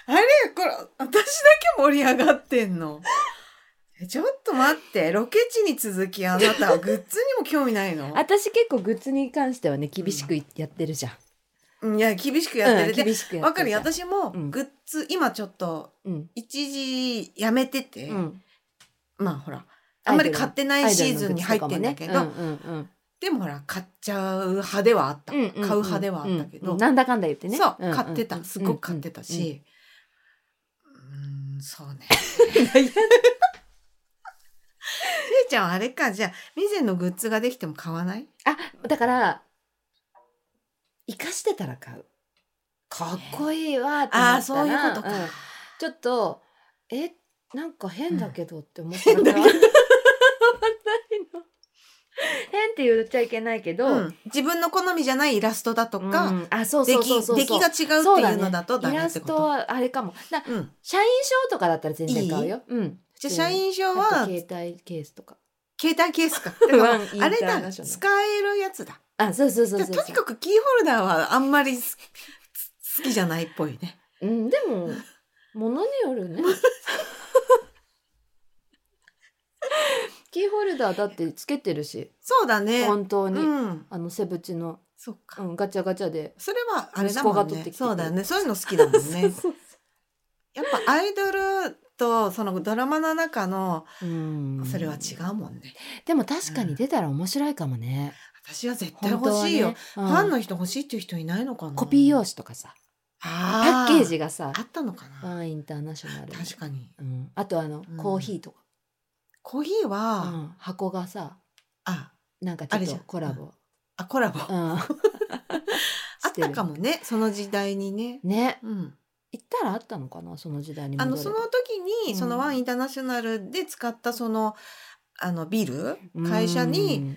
[SPEAKER 1] あれこれ、私だけ盛り上がってんの。えちょっと待って、ロケ地に続きあなたはグッズにも興味ないの
[SPEAKER 2] 私結構グッズに関してはね厳しくいやってるじゃん、
[SPEAKER 1] うんいや、厳しくやってる。
[SPEAKER 2] うん
[SPEAKER 1] で、
[SPEAKER 2] 厳しくや
[SPEAKER 1] わ
[SPEAKER 2] って
[SPEAKER 1] かる
[SPEAKER 2] るじ
[SPEAKER 1] よ
[SPEAKER 2] ゃん
[SPEAKER 1] 私も
[SPEAKER 2] うん
[SPEAKER 1] グッズ、今ちょっと
[SPEAKER 2] うん
[SPEAKER 1] 一時やめてて、
[SPEAKER 2] うん
[SPEAKER 1] まあほら、あんまり買ってないシーズンに入ってんだけど、
[SPEAKER 2] アイドルのグッズとかもね
[SPEAKER 1] でもほら買っちゃう派ではあった、
[SPEAKER 2] うんうんうんうんうんうん
[SPEAKER 1] 買う派ではあったけど、
[SPEAKER 2] うんなんだかんだ言ってね
[SPEAKER 1] そう、
[SPEAKER 2] んんん
[SPEAKER 1] 買ってたすごく買ってたし、うんそう ね せいちゃんはあれかじゃあミゼのグッズができても買わない
[SPEAKER 2] あだから生かしてたら買うかっこいいわって
[SPEAKER 1] ああ
[SPEAKER 2] なったら
[SPEAKER 1] そういうことか、
[SPEAKER 2] んちょっとえなんか変だけどって思っ
[SPEAKER 1] うん
[SPEAKER 2] たら
[SPEAKER 1] 変
[SPEAKER 2] 買わないの 変って言っちゃいけないけど、
[SPEAKER 1] うん自分の好みじゃないイラストだとか、
[SPEAKER 2] うんあそう
[SPEAKER 1] 出
[SPEAKER 2] そう
[SPEAKER 1] 来
[SPEAKER 2] そうそう
[SPEAKER 1] 出来が違うっていうのだとダ
[SPEAKER 2] イ
[SPEAKER 1] メ
[SPEAKER 2] ラ
[SPEAKER 1] って
[SPEAKER 2] ス
[SPEAKER 1] こ
[SPEAKER 2] ト
[SPEAKER 1] と
[SPEAKER 2] はあれかもな
[SPEAKER 1] うん
[SPEAKER 2] 社員証とかだったら全然買うようん
[SPEAKER 1] じゃあ社員証
[SPEAKER 2] あ
[SPEAKER 1] は
[SPEAKER 2] と携帯ケースとか。
[SPEAKER 1] 携帯ケースか。でも
[SPEAKER 2] ワンインタ
[SPEAKER 1] あれ
[SPEAKER 2] ー
[SPEAKER 1] だ、
[SPEAKER 2] ナショナル
[SPEAKER 1] 使えるやつだ。
[SPEAKER 2] あ、そうそうそうそうそう。
[SPEAKER 1] じゃあとにかくキーホルダーはあんまりすす好きじゃないっぽいね。
[SPEAKER 2] うん、でも、ものによ るね。キーホルダーだってつけてるし、
[SPEAKER 1] そうだね。
[SPEAKER 2] 本当に。
[SPEAKER 1] うん。
[SPEAKER 2] あの、セブチの、
[SPEAKER 1] そっか。
[SPEAKER 2] うん、ガチャガチャで。
[SPEAKER 1] それはあれだ
[SPEAKER 2] 息子
[SPEAKER 1] も
[SPEAKER 2] が
[SPEAKER 1] ん
[SPEAKER 2] 取って
[SPEAKER 1] ね。
[SPEAKER 2] きてくれた
[SPEAKER 1] そうだね。そういうの好きだもん
[SPEAKER 2] そ
[SPEAKER 1] ね
[SPEAKER 2] う。 そう
[SPEAKER 1] やっぱアイドルとそのドラマの中の
[SPEAKER 2] そううん
[SPEAKER 1] それは違うもんね。
[SPEAKER 2] でも確かに出たら面白いかもね。
[SPEAKER 1] 私は絶対
[SPEAKER 2] 本当
[SPEAKER 1] 欲
[SPEAKER 2] は
[SPEAKER 1] しい
[SPEAKER 2] ね
[SPEAKER 1] よ。
[SPEAKER 2] うん
[SPEAKER 1] ファンの人欲しいっていう人いないのかな。
[SPEAKER 2] コピー用紙とかさ、
[SPEAKER 1] あ
[SPEAKER 2] パッケージがさ
[SPEAKER 1] あ、ったのかな。
[SPEAKER 2] ワンインターナショナルの。
[SPEAKER 1] 確かに。
[SPEAKER 2] うん、あとあの、
[SPEAKER 1] うん
[SPEAKER 2] コーヒーとか、
[SPEAKER 1] コーヒー
[SPEAKER 2] う
[SPEAKER 1] は、
[SPEAKER 2] ん、箱がさ、
[SPEAKER 1] あ、
[SPEAKER 2] なんかちょ
[SPEAKER 1] あれ
[SPEAKER 2] っ
[SPEAKER 1] じ
[SPEAKER 2] と
[SPEAKER 1] ゃん
[SPEAKER 2] コラボ。
[SPEAKER 1] あコラボ。
[SPEAKER 2] うん。あ
[SPEAKER 1] あったか。もね、その時代にね。
[SPEAKER 2] ね。
[SPEAKER 1] うん。
[SPEAKER 2] 行ったらあったのかなその時代に
[SPEAKER 1] あ
[SPEAKER 2] 戻れ
[SPEAKER 1] の
[SPEAKER 2] ば
[SPEAKER 1] その時に、
[SPEAKER 2] うん
[SPEAKER 1] そのワンインターナショナルで使ったそのあのビル、会社に、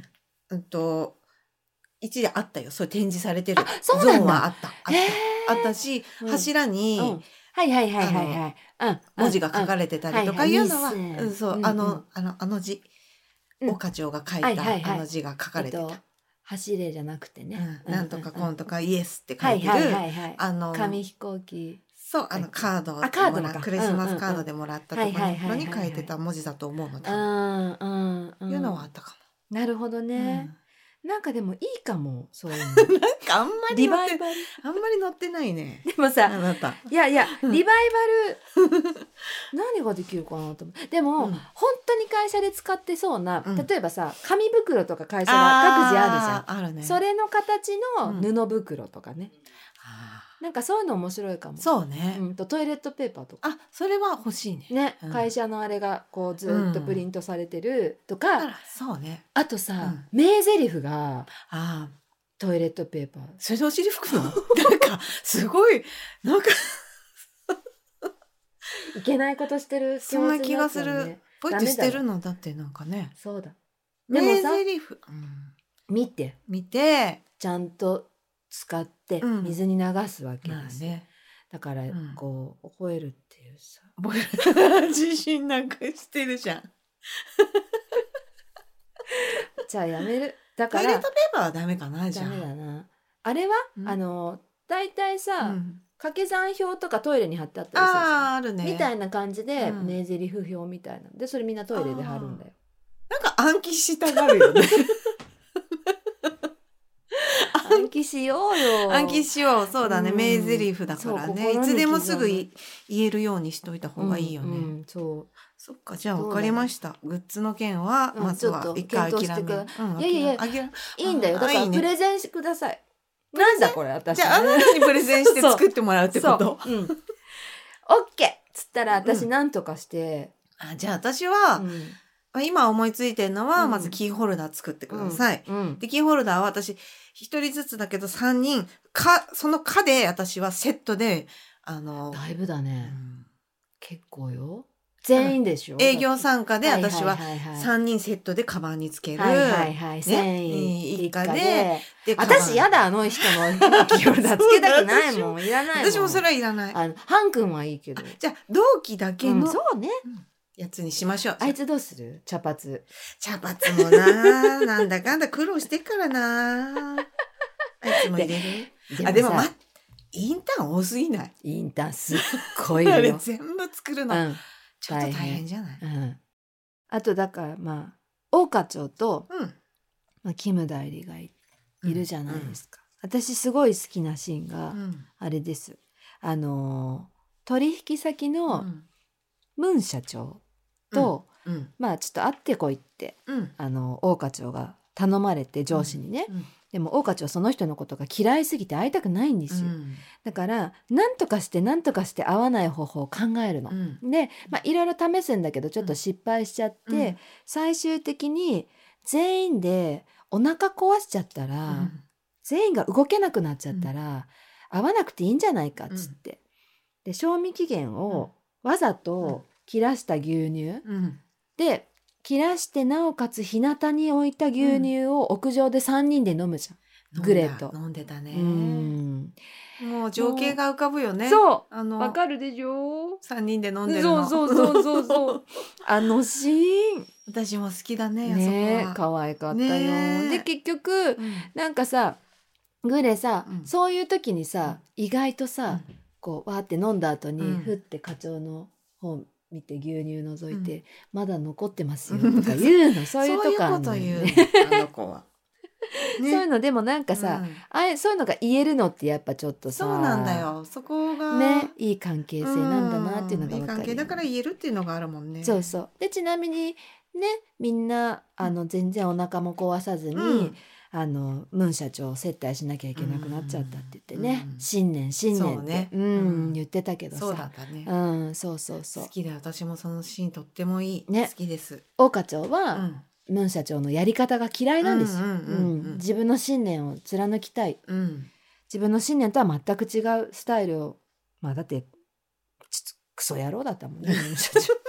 [SPEAKER 1] うんと一であったよ。そう展示されてる
[SPEAKER 2] あそうなんだ
[SPEAKER 1] ゾーンはあった。あった,、
[SPEAKER 2] へー
[SPEAKER 1] あったし、
[SPEAKER 2] うん
[SPEAKER 1] 柱
[SPEAKER 2] う
[SPEAKER 1] に
[SPEAKER 2] ん、うんはいはいはいはいはいうん
[SPEAKER 1] 文字が書か
[SPEAKER 2] る
[SPEAKER 1] れてたりと
[SPEAKER 2] う
[SPEAKER 1] か
[SPEAKER 2] ん
[SPEAKER 1] いうのは、
[SPEAKER 2] はいは
[SPEAKER 1] う
[SPEAKER 2] い
[SPEAKER 1] んそう、
[SPEAKER 2] うんうん
[SPEAKER 1] あのあのあの字、
[SPEAKER 2] うん
[SPEAKER 1] 岡長が書い
[SPEAKER 2] はいはいはい
[SPEAKER 1] たあの字が書かれてた。
[SPEAKER 2] 走れじゃなくてね
[SPEAKER 1] うん、なんとかこん
[SPEAKER 2] と
[SPEAKER 1] とかイエスって書
[SPEAKER 2] はいい
[SPEAKER 1] てる、
[SPEAKER 2] はいはいはい
[SPEAKER 1] あの
[SPEAKER 2] 紙飛行機
[SPEAKER 1] そうあのカードを
[SPEAKER 2] あカード
[SPEAKER 1] も
[SPEAKER 2] の
[SPEAKER 1] ら
[SPEAKER 2] か
[SPEAKER 1] クリスマ
[SPEAKER 2] うんうんう
[SPEAKER 1] ス
[SPEAKER 2] ん
[SPEAKER 1] カードでもらったところ
[SPEAKER 2] はいはいはいは
[SPEAKER 1] の
[SPEAKER 2] い
[SPEAKER 1] に書いてた文字だと思うの
[SPEAKER 2] う
[SPEAKER 1] 多分
[SPEAKER 2] んうんうん
[SPEAKER 1] いうのはあったか
[SPEAKER 2] なるほど
[SPEAKER 1] も、
[SPEAKER 2] ねなんかでもいいかもそ ういうの
[SPEAKER 1] うんなんかあんまり
[SPEAKER 2] リ
[SPEAKER 1] 乗っ
[SPEAKER 2] バイ
[SPEAKER 1] て
[SPEAKER 2] バル
[SPEAKER 1] あんまり乗ってないね
[SPEAKER 2] でも
[SPEAKER 1] あ
[SPEAKER 2] さ
[SPEAKER 1] なた、
[SPEAKER 2] いやいや
[SPEAKER 1] うん
[SPEAKER 2] リバイ バル何ができるかなと思うでも、
[SPEAKER 1] うん
[SPEAKER 2] 本当に会社で使ってそうな、
[SPEAKER 1] うん
[SPEAKER 2] 例えばさ紙袋とか会社は各自あるじゃん
[SPEAKER 1] あーあるね
[SPEAKER 2] それの形
[SPEAKER 1] う
[SPEAKER 2] の
[SPEAKER 1] ん
[SPEAKER 2] 布袋とかね、
[SPEAKER 1] あ
[SPEAKER 2] なんかそういうの面白いかも
[SPEAKER 1] ーそうね、
[SPEAKER 2] うんとトイレットペーパーとか
[SPEAKER 1] あそれは欲しいね
[SPEAKER 2] ね、
[SPEAKER 1] うん
[SPEAKER 2] 会社のあれがこうずーっと
[SPEAKER 1] うん
[SPEAKER 2] プリントされてるとか、
[SPEAKER 1] だからそうね
[SPEAKER 2] あとさ、
[SPEAKER 1] うん
[SPEAKER 2] 名台詞が
[SPEAKER 1] あー
[SPEAKER 2] トイレットペーパー
[SPEAKER 1] それでお尻拭 くのなんかすごいなんか
[SPEAKER 2] いけないことしてる
[SPEAKER 1] そんな気がす
[SPEAKER 2] 共通のやつだもん
[SPEAKER 1] る
[SPEAKER 2] ね
[SPEAKER 1] ポイってしてるのだってなんかね
[SPEAKER 2] そうだで
[SPEAKER 1] 名
[SPEAKER 2] もさ
[SPEAKER 1] 台詞、うん、
[SPEAKER 2] 見て
[SPEAKER 1] 見て
[SPEAKER 2] ちゃんと使って
[SPEAKER 1] うん
[SPEAKER 2] 水に流すわけ
[SPEAKER 1] まあ
[SPEAKER 2] です、
[SPEAKER 1] ね
[SPEAKER 2] だから
[SPEAKER 1] ん
[SPEAKER 2] こう覚えるっていうさ
[SPEAKER 1] 僕自信なくしてるじゃん
[SPEAKER 2] じゃあやめるだ
[SPEAKER 1] ト
[SPEAKER 2] か
[SPEAKER 1] イレ
[SPEAKER 2] ら
[SPEAKER 1] ットペーパーはダメかなじゃ
[SPEAKER 2] ダ
[SPEAKER 1] あ
[SPEAKER 2] メだなあれは、
[SPEAKER 1] うん
[SPEAKER 2] あの大体さ、
[SPEAKER 1] うん
[SPEAKER 2] 掛け算表とかトイレに貼ってあったりするじゃん
[SPEAKER 1] あーあるね
[SPEAKER 2] みたいな感じで、
[SPEAKER 1] うん
[SPEAKER 2] 名台詞表みたいなでそれみんなトイレで貼るんだよ
[SPEAKER 1] なんか暗記したがるよね
[SPEAKER 2] 暗記しようよ
[SPEAKER 1] 暗記しようそうだね、
[SPEAKER 2] うん
[SPEAKER 1] 名台詞だから
[SPEAKER 2] そう
[SPEAKER 1] ねい
[SPEAKER 2] 心に
[SPEAKER 1] つでもすぐ
[SPEAKER 2] 刻
[SPEAKER 1] い言えるようにしといた方がいいよね、
[SPEAKER 2] うんうんそ
[SPEAKER 1] そっかじゃあ分かりましたグッズの件は
[SPEAKER 2] うん
[SPEAKER 1] まずは
[SPEAKER 2] ちょっと
[SPEAKER 1] 一回諦
[SPEAKER 2] 検討
[SPEAKER 1] め
[SPEAKER 2] してく
[SPEAKER 1] うん
[SPEAKER 2] いやいやいや
[SPEAKER 1] 諦め
[SPEAKER 2] ういいんだよ
[SPEAKER 1] あ
[SPEAKER 2] だか
[SPEAKER 1] いい
[SPEAKER 2] ら
[SPEAKER 1] ね
[SPEAKER 2] プレゼンしてくださいなんだこれ私
[SPEAKER 1] じゃああなたにプレゼンして
[SPEAKER 2] そう
[SPEAKER 1] 作ってもらうってこ
[SPEAKER 2] そ
[SPEAKER 1] と
[SPEAKER 2] う、うん、オッケーっつったら私なんとかして、
[SPEAKER 1] あじゃあ私は、
[SPEAKER 2] うん
[SPEAKER 1] まあ今思いついてるのは、
[SPEAKER 2] うん
[SPEAKER 1] まずキーホルダー作ってください、
[SPEAKER 2] うん
[SPEAKER 1] で、キーホルダーは私、一人ずつだけど三人、か、そのかで私はセットで、あの、
[SPEAKER 2] だいぶだ
[SPEAKER 1] う
[SPEAKER 2] ね
[SPEAKER 1] ん
[SPEAKER 2] 結構よ全員でしょ
[SPEAKER 1] 営業参加で
[SPEAKER 2] だって
[SPEAKER 1] 私はい
[SPEAKER 2] いいい
[SPEAKER 1] 三人セットでカバンにつける。
[SPEAKER 2] はいはいはい、繊維
[SPEAKER 1] 一
[SPEAKER 2] 一家
[SPEAKER 1] 家でで
[SPEAKER 2] で。私や
[SPEAKER 1] だ。
[SPEAKER 2] だ、あの人のキーホルダーつけたくないもん。いらないも ん。
[SPEAKER 1] 私もそれはいらない。
[SPEAKER 2] あの、ハン君はいいけど。
[SPEAKER 1] じゃあ、同期だけ
[SPEAKER 2] うん
[SPEAKER 1] の
[SPEAKER 2] そうね。
[SPEAKER 1] やつにしましょう。
[SPEAKER 2] あいつどうする茶髪。
[SPEAKER 1] 茶髪もな、 なんだかんだ苦労してっからな。あいつも入れる。あ、でも
[SPEAKER 2] さ
[SPEAKER 1] ま、インターン多すぎない。
[SPEAKER 2] インターンすっごい い
[SPEAKER 1] あ
[SPEAKER 2] る
[SPEAKER 1] れ
[SPEAKER 2] よ。
[SPEAKER 1] 全部作る
[SPEAKER 2] う
[SPEAKER 1] の、
[SPEAKER 2] ん。
[SPEAKER 1] ちょっと大
[SPEAKER 2] 大変
[SPEAKER 1] 変じゃない
[SPEAKER 2] うん。あと、だからまあ、大課長と、
[SPEAKER 1] うん。
[SPEAKER 2] まあ、キム代理がいいるじゃないですすか。私すごい好きなシーンが
[SPEAKER 1] う、ん
[SPEAKER 2] あれです。あのー、取引先
[SPEAKER 1] う
[SPEAKER 2] の
[SPEAKER 1] ん
[SPEAKER 2] ムン社長と、
[SPEAKER 1] うん
[SPEAKER 2] まあちょっと会ってこいって
[SPEAKER 1] うん
[SPEAKER 2] あの大課長が頼まれて上司にね、
[SPEAKER 1] うん
[SPEAKER 2] でも大課長その人のことが嫌いすぎて会いたくないんですよ、だから何とかして何とかして会わない方法を考えるの
[SPEAKER 1] う。ん
[SPEAKER 2] で、まあ、いろいろ試すんだけどちょっと失敗しちゃって、
[SPEAKER 1] うん
[SPEAKER 2] 最終的に全員でお腹壊しちゃったら、全員が動けなくなっちゃったら、会わなくていいんじゃないかっつって、で賞味期限をわざと切らした牛乳、
[SPEAKER 1] うん
[SPEAKER 2] で切らしてなおかつ日向に置いた牛乳を屋上で3人で飲むじゃん、グレート
[SPEAKER 1] 飲んでたね
[SPEAKER 2] う。ん
[SPEAKER 1] もう情景が浮かぶよね。う。
[SPEAKER 2] そ
[SPEAKER 1] あ
[SPEAKER 2] うわ
[SPEAKER 1] の、
[SPEAKER 2] かるでしょ
[SPEAKER 1] 三人で飲んでる
[SPEAKER 2] そう
[SPEAKER 1] の。
[SPEAKER 2] そうそうそうそうあの シーン
[SPEAKER 1] 私も好きだね、
[SPEAKER 2] ね
[SPEAKER 1] あそこは。
[SPEAKER 2] 可愛かったよ、
[SPEAKER 1] ね
[SPEAKER 2] で結局
[SPEAKER 1] うん
[SPEAKER 2] なんかさグレさ、
[SPEAKER 1] うん
[SPEAKER 2] そういう時にさ意外とさ、こうわーって飲んだ後に、
[SPEAKER 1] うん
[SPEAKER 2] ふって課長の本見て牛乳覗いて、
[SPEAKER 1] う
[SPEAKER 2] まだ残ってますよと か言うのそういうとこあんの
[SPEAKER 1] そういう
[SPEAKER 2] よ
[SPEAKER 1] こと
[SPEAKER 2] ね
[SPEAKER 1] 言うのあの子は。
[SPEAKER 2] そういうのでもなんかさ、
[SPEAKER 1] うん
[SPEAKER 2] あれそういうのが言えるのってやっぱちょっとさ
[SPEAKER 1] そうなんだよ。そこが
[SPEAKER 2] ねいい関係性なんだなっていうのが
[SPEAKER 1] うんいい
[SPEAKER 2] 分か
[SPEAKER 1] 関
[SPEAKER 2] るよね
[SPEAKER 1] 係だから言えるっていうのがあるもんね。
[SPEAKER 2] そうそうでちなみにねみんなあの全然お腹も壊さずに、
[SPEAKER 1] うん
[SPEAKER 2] あのムン社長を接待しなきゃいけなくなっちゃったって言ってね、
[SPEAKER 1] うん
[SPEAKER 2] 新年新年
[SPEAKER 1] そ
[SPEAKER 2] っ
[SPEAKER 1] う
[SPEAKER 2] て、
[SPEAKER 1] ね
[SPEAKER 2] うん
[SPEAKER 1] うん
[SPEAKER 2] 言ってたけど
[SPEAKER 1] そうだ
[SPEAKER 2] さ
[SPEAKER 1] ったね。
[SPEAKER 2] うんそうそうそう
[SPEAKER 1] 好きだよ私もそのシーンとってもいい。
[SPEAKER 2] ね
[SPEAKER 1] 好きです。
[SPEAKER 2] 大課長
[SPEAKER 1] う
[SPEAKER 2] は、
[SPEAKER 1] ん。
[SPEAKER 2] ムン社長のやり方が嫌いなんですよ、
[SPEAKER 1] うんうんうんうん
[SPEAKER 2] うん自分の信念を貫きたい
[SPEAKER 1] うん。
[SPEAKER 2] 自分の信念とは全く違うスタイルをまあだってちょっとクソ野郎だったもんねムン社長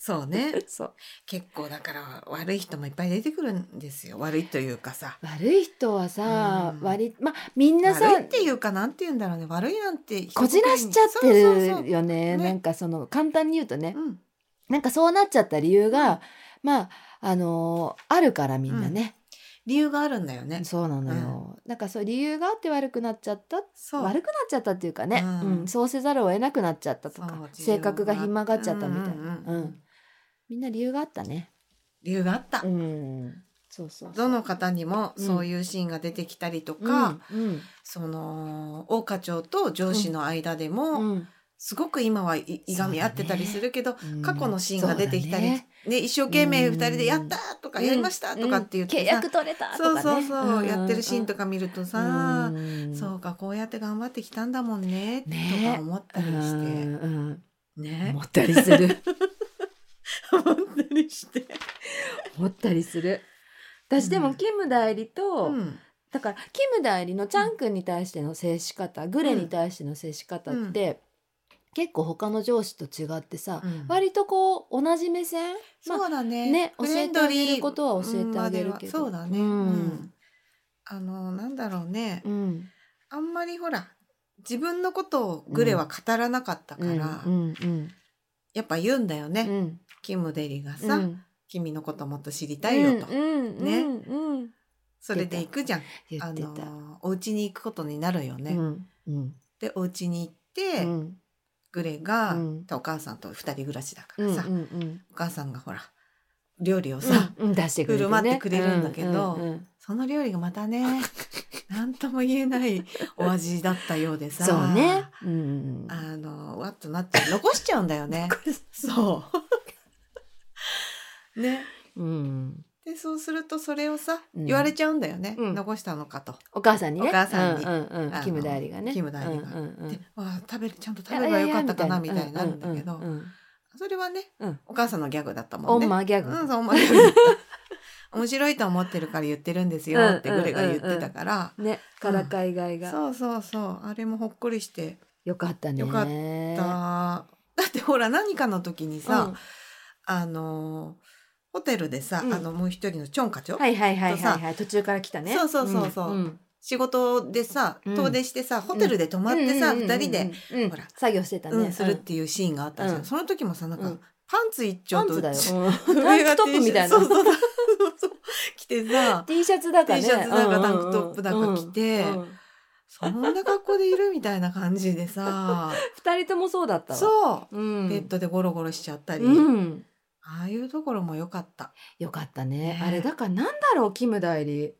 [SPEAKER 1] そうね。
[SPEAKER 2] そう
[SPEAKER 1] 結構だから悪い人もいっぱい出てくるんですよ。悪いというかさ。
[SPEAKER 2] 悪い人はさ、
[SPEAKER 1] うん
[SPEAKER 2] 割りまあみんなさ
[SPEAKER 1] 悪いっていうかなんて言うんだろうね。悪いなんて一
[SPEAKER 2] こ
[SPEAKER 1] 言
[SPEAKER 2] じ
[SPEAKER 1] に
[SPEAKER 2] らしちゃってるよね
[SPEAKER 1] そうそうね
[SPEAKER 2] なんかその簡単に言うとね
[SPEAKER 1] そううん。
[SPEAKER 2] なんかそうなっちゃった理由が、まああのーあるからみんなね、
[SPEAKER 1] 理由があるんだよね。
[SPEAKER 2] そうなのよ、なんかそう理由があって悪くなっちゃった
[SPEAKER 1] そう。
[SPEAKER 2] 悪くなっちゃったっていうかね、
[SPEAKER 1] うん
[SPEAKER 2] うんそうせざるを得なくなっちゃったと
[SPEAKER 1] そう
[SPEAKER 2] か性格がひん曲がっちゃったみた
[SPEAKER 1] う
[SPEAKER 2] いな、うんん
[SPEAKER 1] うんうん
[SPEAKER 2] みんな理由があったね
[SPEAKER 1] 理由があった。
[SPEAKER 2] うんそうそう
[SPEAKER 1] どの方にも
[SPEAKER 2] うん
[SPEAKER 1] そういうシーンが出てきたりとか、
[SPEAKER 2] うん
[SPEAKER 1] その大課長と上司の間でも、
[SPEAKER 2] うん
[SPEAKER 1] すごく今はいいがみ合ってたりするけど、
[SPEAKER 2] うん
[SPEAKER 1] 過去のシーンが出てきたり、
[SPEAKER 2] そうだ
[SPEAKER 1] ね一生懸命
[SPEAKER 2] う
[SPEAKER 1] 二
[SPEAKER 2] ん
[SPEAKER 1] 人で「やった!」とか「やりました!」とかって言って
[SPEAKER 2] うん契約取れたとか
[SPEAKER 1] そう
[SPEAKER 2] ね
[SPEAKER 1] そうそう、やってるシーンと
[SPEAKER 2] か
[SPEAKER 1] か見るとさ、
[SPEAKER 2] う
[SPEAKER 1] そうかこうやって頑張ってきたんだもんね
[SPEAKER 2] ね
[SPEAKER 1] とか思ったりしてね
[SPEAKER 2] うんうん思ったりする
[SPEAKER 1] 思ったりして、
[SPEAKER 2] 思ったりする私で
[SPEAKER 1] う
[SPEAKER 2] も
[SPEAKER 1] ん
[SPEAKER 2] キム代理と、
[SPEAKER 1] うん
[SPEAKER 2] だからキム代理のチャン君に対しての接し方、グレに対しての接し方って、結構他の上司と違ってさ、
[SPEAKER 1] うん
[SPEAKER 2] 割とこう同じ目線、まあ
[SPEAKER 1] そうだね
[SPEAKER 2] ね
[SPEAKER 1] フレンドリー
[SPEAKER 2] 教えてあげることは教えてあげるけど
[SPEAKER 1] うんまではそうだね、
[SPEAKER 2] うん
[SPEAKER 1] うんあのなんだろうね、
[SPEAKER 2] うん
[SPEAKER 1] あんまりほら自分のことをグレは語らなかったから、
[SPEAKER 2] うんうん
[SPEAKER 1] やっぱ言うんだよね、
[SPEAKER 2] うん
[SPEAKER 1] キム・デリが
[SPEAKER 2] う
[SPEAKER 1] さ、
[SPEAKER 2] ん、
[SPEAKER 1] 君のこともっと知りたいよと、
[SPEAKER 2] うんうん
[SPEAKER 1] ね
[SPEAKER 2] うんうん、
[SPEAKER 1] それで行くじゃん
[SPEAKER 2] 言
[SPEAKER 1] あ
[SPEAKER 2] ってた、
[SPEAKER 1] のお家に行くことになるよね、
[SPEAKER 2] うんうん
[SPEAKER 1] でお家に行っ
[SPEAKER 2] う
[SPEAKER 1] て、
[SPEAKER 2] ん
[SPEAKER 1] グレが、
[SPEAKER 2] うん
[SPEAKER 1] お母さんと二人暮らしだか
[SPEAKER 2] う
[SPEAKER 1] ら
[SPEAKER 2] ん
[SPEAKER 1] さ、
[SPEAKER 2] うんうん
[SPEAKER 1] お母さんがほら料理をさ、
[SPEAKER 2] うんうん出してくれて、
[SPEAKER 1] 振
[SPEAKER 2] ね、
[SPEAKER 1] る舞ってくれるんだけど
[SPEAKER 2] うんうんうん
[SPEAKER 1] その料理がまた ねなんとも言えないお味だったようでさ
[SPEAKER 2] そうね、うん、
[SPEAKER 1] あのわっとなって残しちゃうんだよ ねそう。 ね。
[SPEAKER 2] うん、
[SPEAKER 1] でそうするとそれをさ、
[SPEAKER 2] うん
[SPEAKER 1] 言われちゃうんだよね、
[SPEAKER 2] うん
[SPEAKER 1] 残したのかと。
[SPEAKER 2] お母さんにね
[SPEAKER 1] お母さんに
[SPEAKER 2] うんうんう
[SPEAKER 1] あの
[SPEAKER 2] ん、キム代理がね
[SPEAKER 1] キム代理が
[SPEAKER 2] うんうんうん、
[SPEAKER 1] でわあ食べるちゃんと食べればよかったかなみたいになるんだけど、
[SPEAKER 2] うんうんうんうん
[SPEAKER 1] それはね、
[SPEAKER 2] うん
[SPEAKER 1] お母さんのギャグだったも
[SPEAKER 2] オ
[SPEAKER 1] んね。
[SPEAKER 2] ンマーギャグ、
[SPEAKER 1] うん、そうオンマギャグ だった。面白いと思ってるから言ってるんですよってグレが言ってたから、
[SPEAKER 2] ねからかいがいが、
[SPEAKER 1] そうそうそうあれもほっこりして
[SPEAKER 2] よかったね
[SPEAKER 1] よかったた。だってほら何かの時にさ、
[SPEAKER 2] うん
[SPEAKER 1] あのーホテルでさ、
[SPEAKER 2] うん
[SPEAKER 1] あのもう一人のチョンカチョ、
[SPEAKER 2] はいはいはい
[SPEAKER 1] とさ
[SPEAKER 2] はいはい途中から来たね
[SPEAKER 1] そうそうそうそう仕事でさ
[SPEAKER 2] うん
[SPEAKER 1] 遠出してさ、ホテルで泊まってさ、二人で、、
[SPEAKER 2] うんうんうんうんうん
[SPEAKER 1] ほら
[SPEAKER 2] 作業してたね、
[SPEAKER 1] うん、するっていうシーンがあったじゃん、
[SPEAKER 2] うん
[SPEAKER 1] その時もさなんか、
[SPEAKER 2] うん
[SPEAKER 1] パンツ一
[SPEAKER 2] う
[SPEAKER 1] 丁
[SPEAKER 2] んパン
[SPEAKER 1] と
[SPEAKER 2] ツだよ、
[SPEAKER 1] ち
[SPEAKER 2] うん タ
[SPEAKER 1] 上
[SPEAKER 2] ン
[SPEAKER 1] が
[SPEAKER 2] クトップみたいな
[SPEAKER 1] そうそうそうそう着てさ
[SPEAKER 2] T シャツだかね
[SPEAKER 1] T シャツだかタンクトップだか着て
[SPEAKER 2] うんうんうん
[SPEAKER 1] そんな格好でいるみたいな感じでさ
[SPEAKER 2] 二人とも そうだったわ、
[SPEAKER 1] そうう、
[SPEAKER 2] ん、
[SPEAKER 1] ベッドでゴロゴロしちゃったり、
[SPEAKER 2] うん
[SPEAKER 1] ああいうところも良かった。
[SPEAKER 2] よかったね
[SPEAKER 1] ね
[SPEAKER 2] あれだからなんだろうキム代理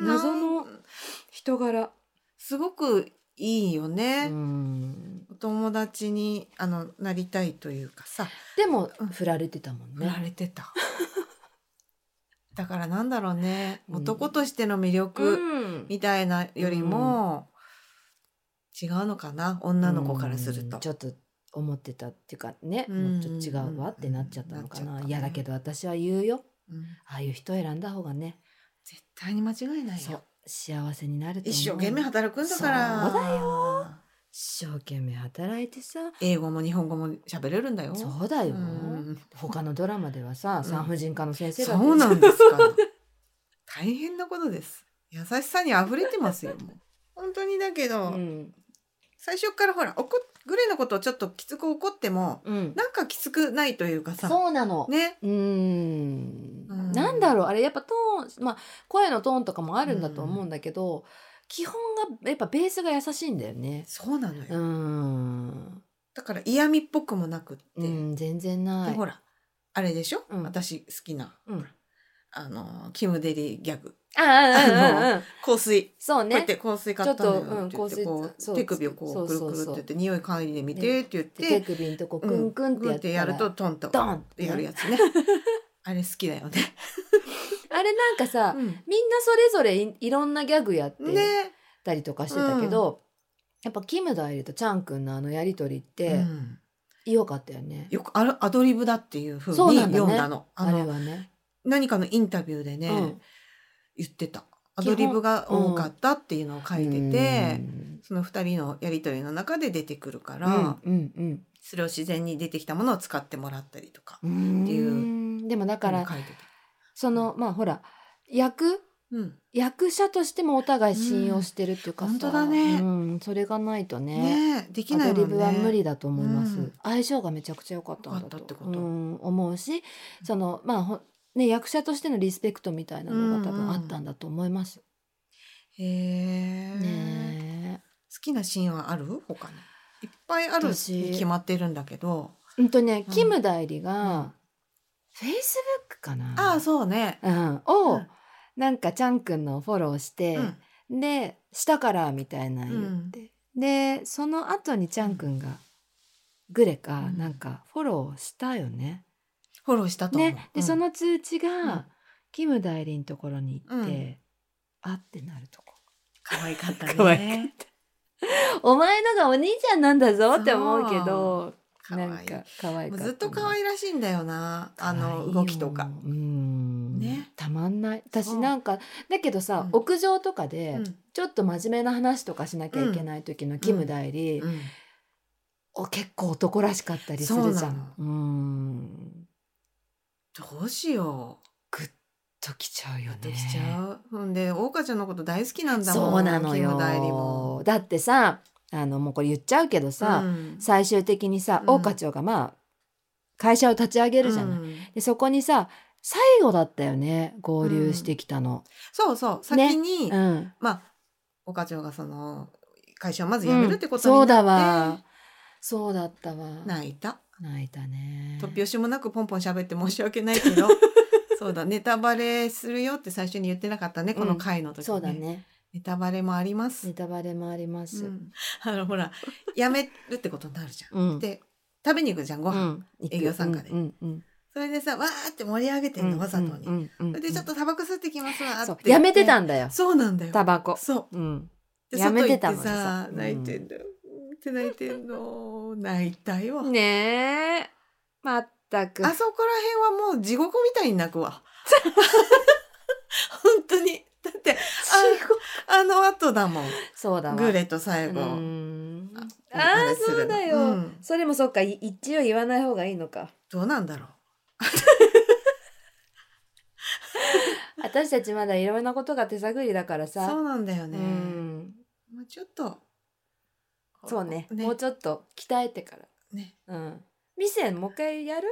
[SPEAKER 2] 謎の
[SPEAKER 1] なん
[SPEAKER 2] 人柄
[SPEAKER 1] すごくいいよね。
[SPEAKER 2] うん
[SPEAKER 1] お友達にあのなりたいというかさ
[SPEAKER 2] でも
[SPEAKER 1] うん
[SPEAKER 2] 振られてたもん
[SPEAKER 1] 振ら
[SPEAKER 2] ね
[SPEAKER 1] れて ただからなんだろうね
[SPEAKER 2] うん
[SPEAKER 1] 男としての魅
[SPEAKER 2] う
[SPEAKER 1] 力
[SPEAKER 2] ん
[SPEAKER 1] みたいなよりも、違うのかな女の子からする
[SPEAKER 2] う
[SPEAKER 1] と
[SPEAKER 2] んちょっと思ってたっていうかね
[SPEAKER 1] うん
[SPEAKER 2] もうちょっと違うわってなっちゃったの
[SPEAKER 1] な
[SPEAKER 2] か
[SPEAKER 1] っちゃっ
[SPEAKER 2] な
[SPEAKER 1] たね
[SPEAKER 2] いやだけど私は言うよ
[SPEAKER 1] うん
[SPEAKER 2] ああいう人選んだ方がね
[SPEAKER 1] 絶対に間違いない
[SPEAKER 2] そう
[SPEAKER 1] よ
[SPEAKER 2] 幸せになると思う
[SPEAKER 1] 一生懸命働くんだから
[SPEAKER 2] そうだ一生懸命働いてさ
[SPEAKER 1] 英語も日本語も喋れるんだよ
[SPEAKER 2] そうだ
[SPEAKER 1] う
[SPEAKER 2] よ
[SPEAKER 1] ん
[SPEAKER 2] 他のドラマではさ
[SPEAKER 1] ん
[SPEAKER 2] 産婦人科の先生だって
[SPEAKER 1] そうなんですか大変なことです優しさに溢れてますよもう本当にだけど、
[SPEAKER 2] うん
[SPEAKER 1] 最初からほら怒っグレのことをちょっときつく怒っても
[SPEAKER 2] うん、
[SPEAKER 1] なんかきつくないというかさ
[SPEAKER 2] そうなの、
[SPEAKER 1] ね
[SPEAKER 2] うーん
[SPEAKER 1] うん
[SPEAKER 2] なんだろうあれやっぱトーン、まあ、声のトーンとかもあるんだと思うんだけど、基本がやっぱベースが優しいんだよね。
[SPEAKER 1] そうなのよ、
[SPEAKER 2] うーん、
[SPEAKER 1] だから嫌味っぽくもなくって、
[SPEAKER 2] うん、全然な
[SPEAKER 1] で
[SPEAKER 2] い。
[SPEAKER 1] ほらあれでしょ、
[SPEAKER 2] うん
[SPEAKER 1] 私好きな
[SPEAKER 2] うん、
[SPEAKER 1] あのキム・デリギャグ
[SPEAKER 2] ああうんうんうん
[SPEAKER 1] 香水
[SPEAKER 2] そう
[SPEAKER 1] こうや
[SPEAKER 2] ね
[SPEAKER 1] っ。て香水買ったのよ
[SPEAKER 2] ちょっとうん
[SPEAKER 1] って言って
[SPEAKER 2] 香水
[SPEAKER 1] こ
[SPEAKER 2] そう
[SPEAKER 1] う手首をこ
[SPEAKER 2] そうう
[SPEAKER 1] く
[SPEAKER 2] そう
[SPEAKER 1] る
[SPEAKER 2] そう
[SPEAKER 1] くるって言って匂い嗅いでみてって言っ
[SPEAKER 2] 手
[SPEAKER 1] て
[SPEAKER 2] 首のとこ
[SPEAKER 1] う
[SPEAKER 2] クン
[SPEAKER 1] ん
[SPEAKER 2] クン
[SPEAKER 1] グン
[SPEAKER 2] っ
[SPEAKER 1] っててや
[SPEAKER 2] やった
[SPEAKER 1] る
[SPEAKER 2] ら
[SPEAKER 1] とトンと
[SPEAKER 2] ドンって
[SPEAKER 1] やるやつね あれ好きだよね
[SPEAKER 2] あれなんかさ、
[SPEAKER 1] うん
[SPEAKER 2] みんなそれぞれいいろんなギャグやって
[SPEAKER 1] ね
[SPEAKER 2] たりとかしてたけど、やっぱキムダイリとチャン君のあのやりとりっ
[SPEAKER 1] う
[SPEAKER 2] て
[SPEAKER 1] ん
[SPEAKER 2] 良かったよね。
[SPEAKER 1] よくあるアドリブだっていう風
[SPEAKER 2] そう
[SPEAKER 1] に
[SPEAKER 2] なんだね
[SPEAKER 1] 読んだのあ
[SPEAKER 2] あれ
[SPEAKER 1] の
[SPEAKER 2] はね。
[SPEAKER 1] 何かのインタビューでね、
[SPEAKER 2] うん
[SPEAKER 1] 言ってたアドリブが多かったっていうのを書いてて、その2人のやり取りの中で出てくるか
[SPEAKER 2] う
[SPEAKER 1] ら、
[SPEAKER 2] ん、うんうん
[SPEAKER 1] それを自然に出てきたものを使ってもらったりとか、
[SPEAKER 2] うん。
[SPEAKER 1] っていう
[SPEAKER 2] でもだから、
[SPEAKER 1] 書いてた。
[SPEAKER 2] そのまあほら役
[SPEAKER 1] うん、
[SPEAKER 2] 役者としてもお互い信用してるっていうかさ、
[SPEAKER 1] うん本当だね
[SPEAKER 2] うん、それがないとね
[SPEAKER 1] ねえできない
[SPEAKER 2] ア
[SPEAKER 1] もんね。
[SPEAKER 2] ドリブは無理だと思います、
[SPEAKER 1] うん
[SPEAKER 2] 相性がめちゃくちゃ良かったんだ
[SPEAKER 1] 良かったって
[SPEAKER 2] と
[SPEAKER 1] こと
[SPEAKER 2] うん、思うしそのまあほね役者としてのリスペクトみたいなのが多分あったんだと思いますよ、
[SPEAKER 1] へえ、
[SPEAKER 2] ね
[SPEAKER 1] 好きなシーンはある他にいっぱいあるに
[SPEAKER 2] 私
[SPEAKER 1] 決まってるんだけど
[SPEAKER 2] えうんとね
[SPEAKER 1] うん
[SPEAKER 2] キム代理
[SPEAKER 1] う
[SPEAKER 2] が
[SPEAKER 1] ん
[SPEAKER 2] フェイスブックかな
[SPEAKER 1] ああそうね。
[SPEAKER 2] うん、を、
[SPEAKER 1] うん
[SPEAKER 2] なんかチャン君のフォローして、
[SPEAKER 1] うん
[SPEAKER 2] で下からみたいな言って、でその後にちゃんくんがグレか
[SPEAKER 1] うん
[SPEAKER 2] なんかフォローしたよね。
[SPEAKER 1] フォローしたと思う。
[SPEAKER 2] ねで、
[SPEAKER 1] うん
[SPEAKER 2] その通知が、
[SPEAKER 1] うん
[SPEAKER 2] キム代理のところに行って、
[SPEAKER 1] うん
[SPEAKER 2] あってなるとこ。
[SPEAKER 1] 可愛かったね。
[SPEAKER 2] 可愛かお前のがお兄ちゃんなんだぞって思うけど
[SPEAKER 1] 可愛
[SPEAKER 2] ないんか可愛
[SPEAKER 1] も
[SPEAKER 2] か
[SPEAKER 1] う
[SPEAKER 2] った
[SPEAKER 1] ずっと可愛らしいんだよなあの動きとか。
[SPEAKER 2] うん、
[SPEAKER 1] ね
[SPEAKER 2] たまんない私
[SPEAKER 1] そう
[SPEAKER 2] なんかだけどさ、
[SPEAKER 1] うん
[SPEAKER 2] 屋上とかで、
[SPEAKER 1] うん
[SPEAKER 2] ちょっと真面目な話とかしなきゃいけない時のキム代理、
[SPEAKER 1] うん
[SPEAKER 2] お結構男らしかったりするじゃん。うーん。
[SPEAKER 1] どうしよう。
[SPEAKER 2] グッときちゃうよ
[SPEAKER 1] や
[SPEAKER 2] ね
[SPEAKER 1] っ。ときちゃう。ほんで、大花ちゃんのこと大好きなんだもん。
[SPEAKER 2] そうなの
[SPEAKER 1] キム代理も
[SPEAKER 2] よ。だってさあのもうこれ言っちゃうけどさ、
[SPEAKER 1] うん
[SPEAKER 2] 最終的にさ
[SPEAKER 1] うん
[SPEAKER 2] 大課長がまあ会社を立ち上げるじゃない。
[SPEAKER 1] うん
[SPEAKER 2] でそこにさ最後だったよね合流してきたの。
[SPEAKER 1] そうそう、
[SPEAKER 2] ね
[SPEAKER 1] 先に、
[SPEAKER 2] うん。
[SPEAKER 1] まあ、お課長がその会社をまず辞めるってことに
[SPEAKER 2] うんそうだ
[SPEAKER 1] なって
[SPEAKER 2] わ。。そうだったわ。
[SPEAKER 1] 泣いた。
[SPEAKER 2] 泣いたね。
[SPEAKER 1] 突拍子もなくポンポン喋って申し訳ないけど。 そうだ、ネタバレするよって最初に言ってなかったね、この回の時、
[SPEAKER 2] そうだ。ね。
[SPEAKER 1] ネタバレもあります
[SPEAKER 2] ネ。タバレもあります。
[SPEAKER 1] うんあの、ほら、辞めるってことになるじゃ
[SPEAKER 2] うん
[SPEAKER 1] ん。で、食べに行くじゃん、ご飯。
[SPEAKER 2] うん
[SPEAKER 1] 営業参加で
[SPEAKER 2] うんうん
[SPEAKER 1] それでさ、わーって盛り上げて
[SPEAKER 2] うんん、
[SPEAKER 1] の、わざとに。
[SPEAKER 2] うんうんうん
[SPEAKER 1] それでちょっとタバコ吸ってきますわ
[SPEAKER 2] そ
[SPEAKER 1] っ
[SPEAKER 2] う
[SPEAKER 1] て
[SPEAKER 2] やめてた
[SPEAKER 1] ん
[SPEAKER 2] んだよ
[SPEAKER 1] そうなんだよ
[SPEAKER 2] タバコ
[SPEAKER 1] そう
[SPEAKER 2] うん
[SPEAKER 1] で
[SPEAKER 2] やめてたもん
[SPEAKER 1] 外行ってさ
[SPEAKER 2] うん
[SPEAKER 1] 泣いてんだよ、うんって泣いてんの泣いたいわ、
[SPEAKER 2] ねえまったく
[SPEAKER 1] あそこら辺はもう地獄みたいに泣くわ 本当にだってああの後だもん
[SPEAKER 2] そうだわ
[SPEAKER 1] グレと最
[SPEAKER 2] う
[SPEAKER 1] 後、
[SPEAKER 2] ーんあ
[SPEAKER 1] お話
[SPEAKER 2] あ
[SPEAKER 1] しす
[SPEAKER 2] そ
[SPEAKER 1] る
[SPEAKER 2] う
[SPEAKER 1] の
[SPEAKER 2] だよ、
[SPEAKER 1] うん
[SPEAKER 2] それもそっかい一応言わない方がいいのか
[SPEAKER 1] どうなんだろう
[SPEAKER 2] 私たちまだいろんなことが手探りだからさ
[SPEAKER 1] そうなんだよね、
[SPEAKER 2] うん
[SPEAKER 1] もうちょっと
[SPEAKER 2] そうね
[SPEAKER 1] ね
[SPEAKER 2] もうちょっと鍛えてから
[SPEAKER 1] ね
[SPEAKER 2] うんミセンもう一回やる